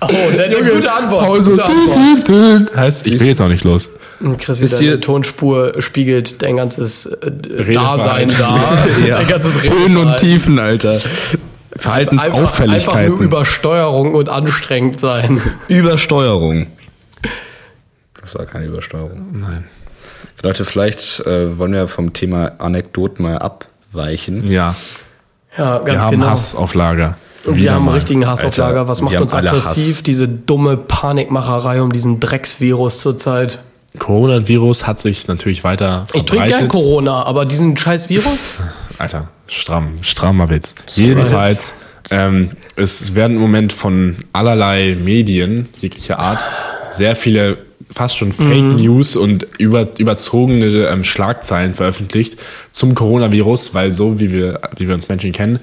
Speaker 2: Oh, der hat eine gute Antwort.
Speaker 1: Paul so,
Speaker 2: Gute Antwort.
Speaker 1: dün,
Speaker 2: Hm,
Speaker 1: dün, dün. Heißt, ich will jetzt auch nicht los.
Speaker 2: Chrissy,
Speaker 3: Ist
Speaker 2: deine
Speaker 3: hier-
Speaker 2: Tonspur spiegelt dein ganzes äh, Dasein da. Dein ganzes
Speaker 3: Höhen und
Speaker 2: Redeverhalten.
Speaker 3: Tiefen, Alter.
Speaker 2: Einfach, einfach nur
Speaker 3: Verhaltensauffälligkeiten.
Speaker 2: Übersteuerung und anstrengend sein.
Speaker 3: Übersteuerung. Das war keine Übersteuerung. Nein. Leute, vielleicht äh, wollen wir vom Thema Anekdoten mal abweichen.
Speaker 1: Ja,
Speaker 2: Ja, ganz
Speaker 1: wir haben
Speaker 2: genau.
Speaker 1: Hass auf Lager.
Speaker 2: Und wir
Speaker 1: Wieder
Speaker 2: haben
Speaker 1: mal.
Speaker 2: richtigen Hass auf
Speaker 3: Alter,
Speaker 2: Lager. Was
Speaker 3: wir
Speaker 2: macht
Speaker 3: haben
Speaker 2: uns
Speaker 3: alle
Speaker 2: aggressiv?
Speaker 3: Hass.
Speaker 2: Diese dumme Panikmacherei um diesen Drecksvirus zurzeit.
Speaker 1: Coronavirus hat sich natürlich weiter verbreitet.
Speaker 2: Ich trinke gern Corona, aber diesen scheiß Virus?
Speaker 1: Alter, stramm, strammer Witz. Jedenfalls, ähm, es werden im Moment von allerlei Medien jeglicher Art sehr viele fast schon Fake News und über, überzogene ähm, Schlagzeilen veröffentlicht zum Coronavirus, weil so wie wir, wie wir uns Menschen kennen,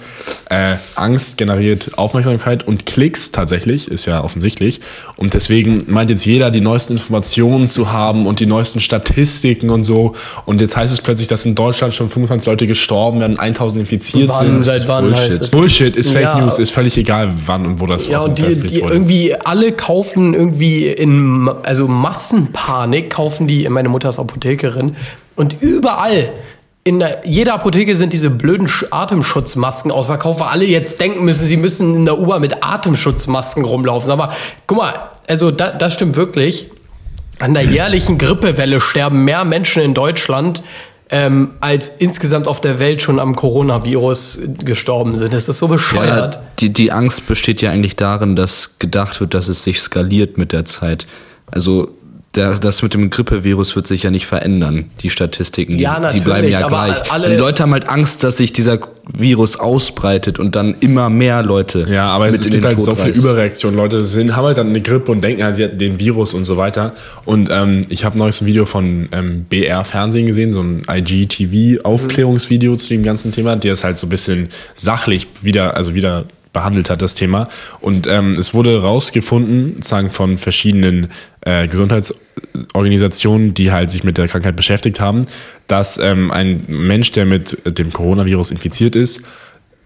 Speaker 1: äh, Angst generiert Aufmerksamkeit und Klicks tatsächlich, ist ja offensichtlich. Und deswegen meint jetzt jeder, die neuesten Informationen zu haben und die neuesten Statistiken und so. Und jetzt heißt es plötzlich, dass in Deutschland schon 25 Leute gestorben werden, 1000 infiziert
Speaker 2: Wann,
Speaker 1: sind.
Speaker 2: seit wann heißt
Speaker 3: Bullshit.
Speaker 2: es?
Speaker 1: Bullshit ist Fake
Speaker 2: Ja.
Speaker 1: News, ist völlig egal, wann und wo das
Speaker 2: Ja, und die,
Speaker 1: veröffentlicht
Speaker 2: die irgendwie alle kaufen irgendwie in, Ma- also Massenpanik kaufen die, meine Mutter ist Apothekerin, und überall in der, jeder Apotheke sind diese blöden Sch Atemschutzmasken ausverkauft, weil alle jetzt denken müssen, sie müssen in der U-Bahn mit Atemschutzmasken rumlaufen. Sag mal, guck mal, also da, das stimmt wirklich. An der jährlichen Grippewelle sterben mehr Menschen in Deutschland, ähm, als insgesamt auf der Welt schon am Coronavirus gestorben sind. Das ist so bescheuert.
Speaker 3: Ja, die, die Angst besteht ja eigentlich darin, dass gedacht wird, dass es sich skaliert mit der Zeit. Also das, das mit dem Grippevirus wird sich ja nicht verändern, die Statistiken. Die,
Speaker 2: Ja,
Speaker 3: die bleiben
Speaker 2: natürlich,
Speaker 3: ja
Speaker 2: aber
Speaker 3: gleich.
Speaker 2: alle-
Speaker 3: Und die Leute haben halt Angst, dass sich dieser Virus ausbreitet und dann immer mehr Leute
Speaker 1: Ja, aber es,
Speaker 3: mit
Speaker 1: es
Speaker 3: in
Speaker 1: gibt
Speaker 3: den
Speaker 1: halt
Speaker 3: Tod
Speaker 1: so viele
Speaker 3: reißt.
Speaker 1: Überreaktionen. Leute sind, haben halt dann eine Grippe und denken halt, sie hatten den Virus und so weiter. Und ähm, ich habe neulich so ein Video von ähm, BR Fernsehen gesehen, so ein IGTV-Aufklärungsvideo zu dem ganzen Thema, der es halt so ein bisschen sachlich wieder, also wieder behandelt hat, das Thema. Und ähm, es wurde rausgefunden, sozusagen von verschiedenen äh, Gesundheitsorganisationen, die halt sich mit der Krankheit beschäftigt haben, dass ähm, ein Mensch, der mit dem Coronavirus infiziert ist,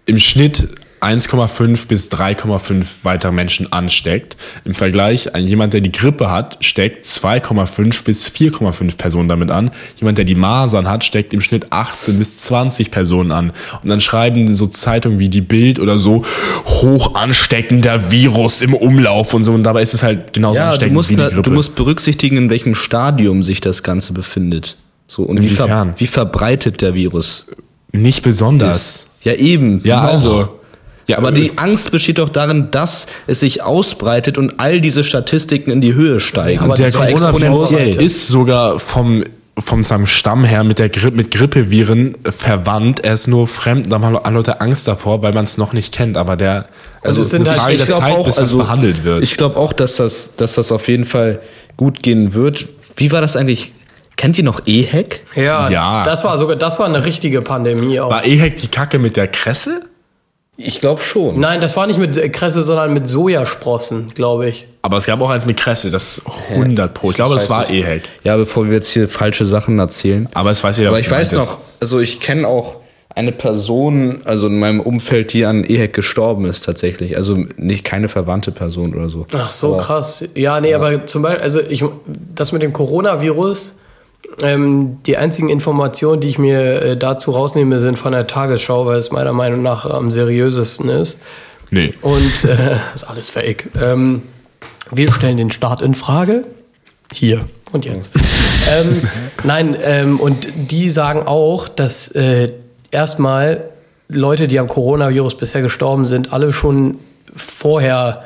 Speaker 1: im Schnitt 1,5 bis 3,5 weitere Menschen ansteckt. Im Vergleich, ein, jemand, der die Grippe hat, steckt 2,5 bis 4,5 Personen damit an. Jemand, der die Masern hat, steckt im Schnitt 18 bis 20 Personen an. Und dann schreiben so Zeitungen wie die Bild oder so, hoch ansteckender Virus im Umlauf und so. Und dabei ist es halt genauso
Speaker 3: Ja, du
Speaker 1: ansteckend
Speaker 3: musst,
Speaker 1: wie die
Speaker 3: da,
Speaker 1: Grippe.
Speaker 3: du musst berücksichtigen, in welchem Stadium sich das Ganze befindet. So, und wie, ver
Speaker 1: Inwiefern?
Speaker 3: wie verbreitet der Virus
Speaker 1: Nicht besonders.
Speaker 3: Ja, eben. genau.
Speaker 1: Ja,
Speaker 3: Noch.
Speaker 1: also. Ja,
Speaker 3: Aber
Speaker 1: äh,
Speaker 3: die Angst besteht doch darin, dass es sich ausbreitet und all diese Statistiken in die Höhe steigen.
Speaker 2: aber
Speaker 3: Und
Speaker 1: der
Speaker 3: zwar
Speaker 1: Coronavirus
Speaker 3: exponentiell.
Speaker 1: ist sogar vom vom seinem Stamm her mit der Gri mit Grippeviren äh, verwandt. Er ist nur fremd. Da haben alle Leute Angst davor, weil man es noch nicht kennt. Aber der also
Speaker 2: es sind
Speaker 1: eine
Speaker 2: halt-
Speaker 1: Frage
Speaker 2: ich
Speaker 1: der
Speaker 2: glaub
Speaker 1: Zeit, bis das behandelt wird.
Speaker 3: also Ich glaube auch, dass das, dass das auf jeden Fall gut gehen wird. Wie war das eigentlich? Kennt ihr noch EHEC?
Speaker 2: Ja,
Speaker 1: Ja.
Speaker 2: das war sogar, das war eine richtige Pandemie auch.
Speaker 1: war Ehek die Kacke mit der Kresse?
Speaker 3: Ich glaube schon.
Speaker 2: Nein, das war nicht mit äh, Kresse, sondern mit Sojasprossen, glaube ich.
Speaker 1: Aber es gab auch eins mit Kresse. Das ist 100 pro. Ich glaube, das
Speaker 3: weiß
Speaker 1: war
Speaker 3: nicht.
Speaker 1: Ehek.
Speaker 3: Ja, bevor wir jetzt hier falsche Sachen erzählen.
Speaker 1: Aber es weiß jeder,
Speaker 3: Aber
Speaker 1: was
Speaker 3: ich weiß
Speaker 1: gemeint
Speaker 3: noch, also ich kenne auch eine Person, also in meinem Umfeld, die an EHEC gestorben ist tatsächlich. Also nicht keine verwandte Person oder so.
Speaker 2: Ach so,
Speaker 3: Aber-
Speaker 2: krass. Ja, nee, aber zum Beispiel, also ich, das mit dem Coronavirus, ähm, die einzigen Informationen, die ich mir äh, dazu rausnehme, sind von der Tagesschau, weil es meiner Meinung nach am seriösesten ist.
Speaker 1: ist. Nee.
Speaker 2: Und äh, ist alles fake. Ähm, wir stellen den Staat in Frage. Hier und jetzt. ähm, nein, ähm, und die sagen auch, dass äh, erstmal Leute, die am Coronavirus bisher gestorben sind, alle schon vorher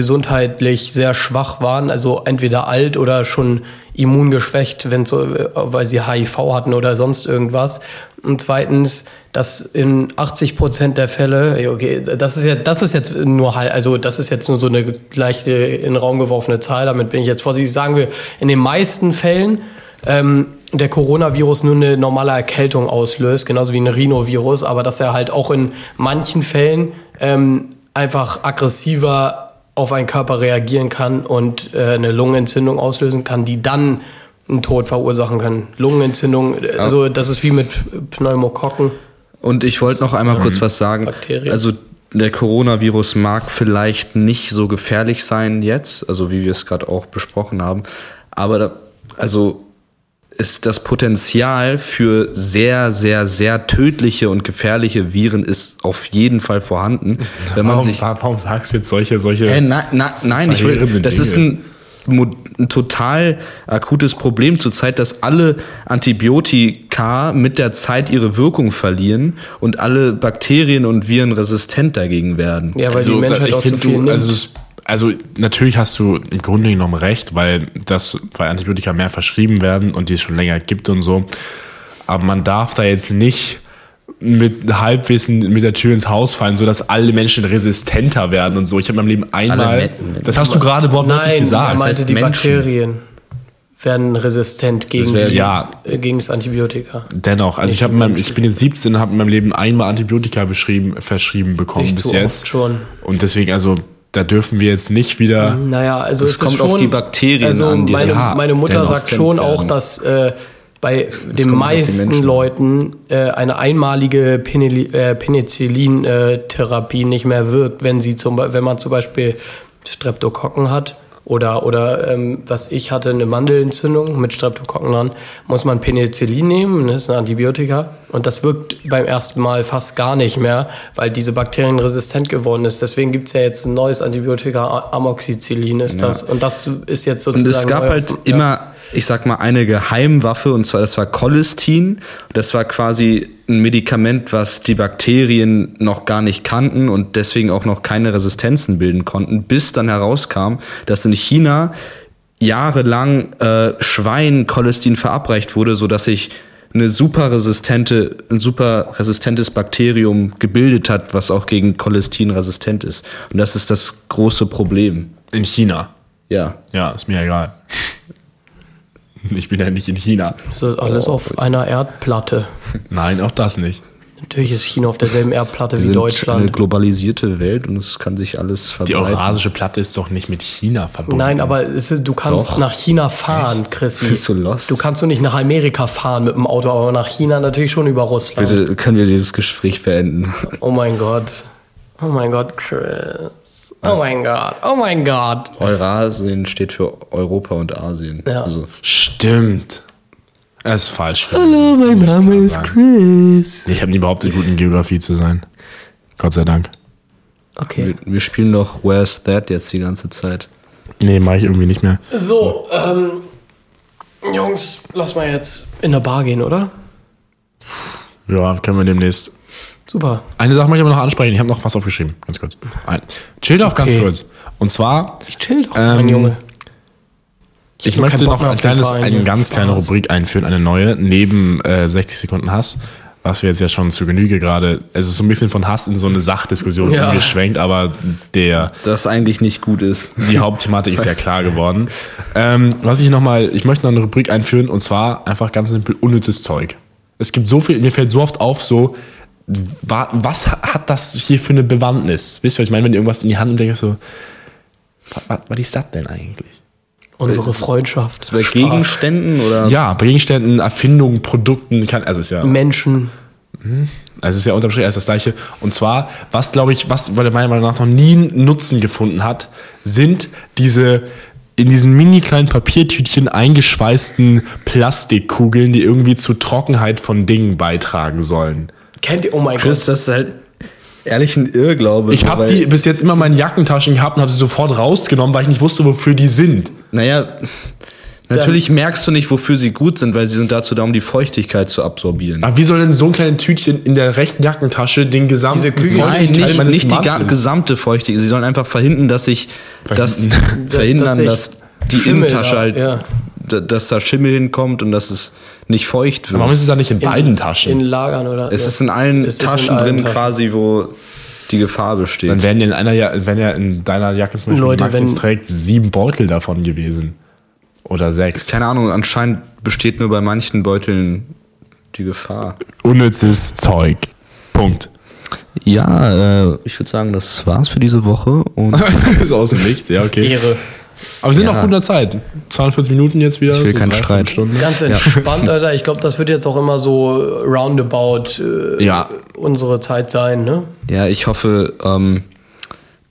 Speaker 2: gesundheitlich sehr schwach waren, also entweder alt oder schon immungeschwächt, wenn so, äh, weil sie HIV hatten oder sonst irgendwas. Und zweitens, dass in 80 Prozent der Fälle, ja, okay, das ist ja, das ist jetzt nur hal- also das ist jetzt nur so eine gleiche in den Raum geworfene Zahl, damit bin ich jetzt vorsichtig. Sagen wir, in den meisten Fällen ähm, der Coronavirus nur eine normale Erkältung auslöst, genauso wie ein Rhinovirus, aber dass er halt auch in manchen Fällen ähm, einfach aggressiver auf einen Körper reagieren kann und äh, eine Lungenentzündung auslösen kann, die dann einen Tod verursachen kann. Lungenentzündung, äh, also das ist wie mit Pneumokokken.
Speaker 3: Und ich wollte noch einmal kurz was sagen.
Speaker 2: Bakterien.
Speaker 3: Also der Coronavirus mag vielleicht nicht so gefährlich sein jetzt, also wie wir es gerade auch besprochen haben, aber da, also ist das Potenzial für sehr, sehr, sehr tödliche und gefährliche Viren ist auf jeden Fall vorhanden. Wenn man
Speaker 1: Warum,
Speaker 3: sich
Speaker 1: warum sagst du jetzt solche solche?
Speaker 3: Hä, na, na, nein, ich will,
Speaker 1: Verheerende
Speaker 3: das ist
Speaker 1: Dinge.
Speaker 3: ein, mo- ein total akutes Problem zurzeit, dass alle Antibiotika mit der Zeit ihre Wirkung verlieren und alle Bakterien und Viren resistent dagegen werden.
Speaker 2: Ja, weil die
Speaker 1: Also da-
Speaker 2: Menschheit
Speaker 1: ich
Speaker 2: auch zu
Speaker 1: find,
Speaker 2: viel
Speaker 1: du,
Speaker 2: nimmt.
Speaker 1: also, es- also natürlich hast du im Grunde genommen recht, weil das weil Antibiotika mehr verschrieben werden und die es schon länger gibt und so. Aber man darf da jetzt nicht mit Halbwissen mit der Tür ins Haus fallen, so dass alle Menschen resistenter werden und so. Ich habe in meinem Leben einmal,
Speaker 3: Metten.
Speaker 1: das hast du gerade wortwörtlich
Speaker 2: er
Speaker 1: gesagt.
Speaker 2: meinte,
Speaker 3: heißt
Speaker 2: die
Speaker 3: Menschen.
Speaker 2: Bakterien werden resistent gegen,
Speaker 3: wär-
Speaker 2: die,
Speaker 1: ja.
Speaker 2: äh, gegen das Antibiotika.
Speaker 1: Dennoch, also ich habe in meinem, ich bin jetzt 17, habe in meinem Leben einmal Antibiotika beschrieben, verschrieben bekommen
Speaker 2: Nicht
Speaker 1: bis
Speaker 2: so
Speaker 1: jetzt.
Speaker 2: oft schon.
Speaker 1: Und deswegen, also da dürfen wir jetzt nicht wieder.
Speaker 2: Naja, also es
Speaker 3: kommt
Speaker 2: ist
Speaker 3: auf
Speaker 2: schon,
Speaker 3: die Bakterien
Speaker 2: also
Speaker 3: an, die
Speaker 2: meine,
Speaker 1: ja,
Speaker 2: meine Mutter
Speaker 1: denn
Speaker 2: sagt
Speaker 3: auskennt
Speaker 2: schon
Speaker 3: werden.
Speaker 2: auch, dass äh, bei den
Speaker 3: kommt halt auf die Menschen
Speaker 2: meisten
Speaker 3: an.
Speaker 2: Leuten äh, eine einmalige Peneli- äh, Penicillin-Therapie nicht mehr wirkt, wenn sie zum Be- wenn man zum Beispiel Streptokokken hat oder oder ähm, was ich hatte eine Mandelentzündung mit Streptokokken dran, muss man Penicillin nehmen, das ist ein Antibiotika und das wirkt beim ersten Mal fast gar nicht mehr, weil diese Bakterien resistent geworden ist. Deswegen gibt es ja jetzt ein neues Antibiotika, A- Amoxicillin ist das und das ist jetzt sozusagen
Speaker 3: Und es gab
Speaker 2: neu-
Speaker 3: halt
Speaker 2: oh ja.
Speaker 3: immer, ich sag mal, eine Geheimwaffe, und zwar das war Colistin. Das war quasi ein Medikament, was die Bakterien noch gar nicht kannten und deswegen auch noch keine Resistenzen bilden konnten, bis dann herauskam, dass in China jahrelang äh, Schweincholesterol verabreicht wurde, sodass sich eine super resistente, ein super resistentes Bakterium gebildet hat, was auch gegen Cholestin resistent ist. Und das ist das große Problem.
Speaker 1: In China.
Speaker 3: Ja.
Speaker 1: Ja, ist mir egal. Ich bin ja nicht in China.
Speaker 2: Das ist alles auf einer Erdplatte.
Speaker 1: Nein, auch das nicht.
Speaker 2: Natürlich ist China auf derselben Erdplatte
Speaker 3: Wir
Speaker 2: wie
Speaker 3: sind eine
Speaker 2: Deutschland.
Speaker 3: globalisierte Welt und es kann sich alles
Speaker 1: Die
Speaker 3: verbreiten.
Speaker 1: eurasische Platte ist doch nicht mit China verbunden.
Speaker 2: Nein, aber es ist, du kannst
Speaker 3: Doch.
Speaker 2: nach China fahren, Chrissy.
Speaker 3: Bist du lost?
Speaker 2: Du kannst du nicht nach Amerika fahren mit dem Auto, aber nach China natürlich schon über Russland.
Speaker 3: Bitte können wir dieses Gespräch beenden.
Speaker 2: Oh mein Gott. Oh mein Gott, Chris. Oh mein Gott. Oh mein Gott.
Speaker 3: Eurasien steht für Europa und Asien.
Speaker 2: Ja.
Speaker 3: Also,
Speaker 1: Stimmt. Er ist falsch. Hallo, mein Name ist Chris. Ich habe nie behauptet, gut in Geografie zu sein. Gott sei Dank.
Speaker 2: Okay.
Speaker 3: wir, wir spielen noch Where's That jetzt die ganze Zeit.
Speaker 1: Nee, mache ich irgendwie nicht mehr.
Speaker 2: So, ähm, Jungs, lass mal jetzt in der Bar gehen, oder?
Speaker 1: Ja, können wir demnächst.
Speaker 2: Super.
Speaker 1: Eine Sache möchte ich aber noch ansprechen. Ich habe noch was aufgeschrieben. Ganz kurz. Ein. Chill doch ganz
Speaker 2: Okay.
Speaker 1: kurz. Und zwar,
Speaker 2: Ich chill doch,
Speaker 1: Ähm,
Speaker 2: mein Junge.
Speaker 1: ich,
Speaker 2: nur
Speaker 1: möchte
Speaker 2: keinen Bock
Speaker 1: noch
Speaker 2: mehr
Speaker 1: ein
Speaker 2: auf den
Speaker 1: kleines,
Speaker 2: Verein
Speaker 1: eine
Speaker 2: hier.
Speaker 1: ganz kleine
Speaker 2: Spaß.
Speaker 1: Rubrik einführen, eine neue, neben äh, 60 Sekunden Hass. Was wir jetzt ja schon zu Genüge gerade, es ist so ein bisschen von Hass in so eine Sachdiskussion
Speaker 2: Ja.
Speaker 1: umgeschwenkt, aber der
Speaker 3: Das eigentlich nicht gut ist.
Speaker 1: die Hauptthematik ist ja klar geworden. Ähm, was ich nochmal, ich möchte noch eine Rubrik einführen und zwar einfach ganz simpel unnützes Zeug. Es gibt so viel, mir fällt so oft auf, so, wa, was hat das hier für eine Bewandtnis? Wisst ihr, was ich meine, wenn ihr irgendwas in die Hand und denkt so, was, was ist das denn eigentlich?
Speaker 3: Äh,
Speaker 2: Unsere Freundschaft.
Speaker 3: Bei
Speaker 2: Spaß.
Speaker 3: Gegenständen oder
Speaker 1: Ja, bei Gegenständen, Erfindungen, Produkten, kann, also ist ja.
Speaker 2: Mhm. Menschen.
Speaker 1: Also es ist ja unterm Strich alles das gleiche. Und zwar, was glaube ich, was weil der meiner Meinung nach noch nie einen Nutzen gefunden hat, sind diese in diesen mini kleinen Papiertütchen eingeschweißten Plastikkugeln, die irgendwie zu Trockenheit von Dingen beitragen sollen.
Speaker 2: Kennt ihr, oh mein
Speaker 3: Chris, das ist halt ehrlich ein Irrglaube.
Speaker 1: Ich habe
Speaker 3: weil-
Speaker 1: die bis jetzt immer in meinen Jackentaschen gehabt und habe sie sofort rausgenommen, weil ich nicht wusste, wofür die sind.
Speaker 3: Naja, natürlich merkst du nicht, wofür sie gut sind, weil sie sind dazu da, um die Feuchtigkeit zu absorbieren.
Speaker 1: Aber wie soll denn so ein kleines Tütchen in der rechten Jackentasche den gesamten
Speaker 2: Diese Kügel-
Speaker 3: Nein,
Speaker 1: Feuchtigkeit
Speaker 3: nicht,
Speaker 1: meines
Speaker 3: nicht die ga-
Speaker 1: Mantels-
Speaker 3: gesamte Feuchtigkeit. Sie sollen einfach verhindern, dass ich das
Speaker 1: Verhindern.
Speaker 2: Dass
Speaker 3: verhindern,
Speaker 2: ich
Speaker 3: dass, die
Speaker 2: Schimmel
Speaker 3: Innentasche
Speaker 2: da-
Speaker 3: halt,
Speaker 2: ja.
Speaker 3: d- dass da Schimmel hinkommt und dass es nicht feucht wird.
Speaker 1: Warum ist es dann nicht in, beiden Taschen?
Speaker 2: In Lagern oder.
Speaker 3: es
Speaker 2: ja.
Speaker 3: ist in allen
Speaker 2: Es ist in
Speaker 3: Taschen
Speaker 2: allen
Speaker 3: drin
Speaker 2: Taschen.
Speaker 3: quasi, wo die Gefahr besteht.
Speaker 1: Dann wären ja in einer, Ja- wenn ja in deiner Jacke zum Beispiel Leute,
Speaker 2: Leute,
Speaker 1: Max jetzt
Speaker 2: wenn-
Speaker 1: trägt, sieben Beutel davon gewesen. Oder sechs.
Speaker 3: Keine Ahnung, anscheinend besteht nur bei manchen Beuteln die Gefahr.
Speaker 1: Unnützes Zeug. Punkt.
Speaker 3: Ja, ich würde sagen, das war's für diese Woche. Und
Speaker 1: ist aus dem Nichts, ja, okay.
Speaker 2: Ehre.
Speaker 1: Aber wir sind
Speaker 3: Ja.
Speaker 1: auch guter Zeit. 42 Minuten jetzt wieder.
Speaker 3: Ich will keinen Streit.
Speaker 1: Stunden.
Speaker 2: Ganz entspannt, Alter. Ich glaube, das wird jetzt auch immer so äh, roundabout äh,
Speaker 1: Ja.
Speaker 2: unsere Zeit sein, ne?
Speaker 3: ja, ich hoffe, ähm,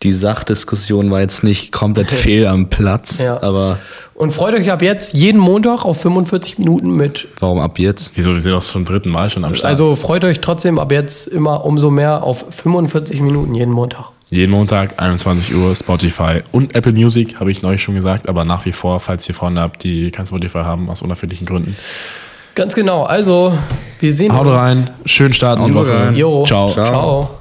Speaker 3: die Sachdiskussion war jetzt nicht komplett fehl am Platz.
Speaker 2: Ja.
Speaker 3: Aber
Speaker 2: Und freut euch ab jetzt jeden Montag auf 45 Minuten mit.
Speaker 3: warum ab jetzt?
Speaker 1: Wieso, wir sind auch zum dritten Mal schon am Start.
Speaker 2: Also freut euch trotzdem ab jetzt immer umso mehr auf 45 Minuten jeden Montag.
Speaker 1: Jeden Montag, 21 Uhr, Spotify und Apple Music, habe ich neulich schon gesagt, aber nach wie vor, falls ihr Freunde habt, die kein Spotify haben, aus unerfindlichen Gründen.
Speaker 2: Ganz genau. Also, wir sehen
Speaker 1: Haut
Speaker 2: uns.
Speaker 1: rein, schönen Start in die
Speaker 3: Haut
Speaker 1: Woche.
Speaker 3: rein.
Speaker 2: Jo.
Speaker 1: Ciao.
Speaker 2: Ciao.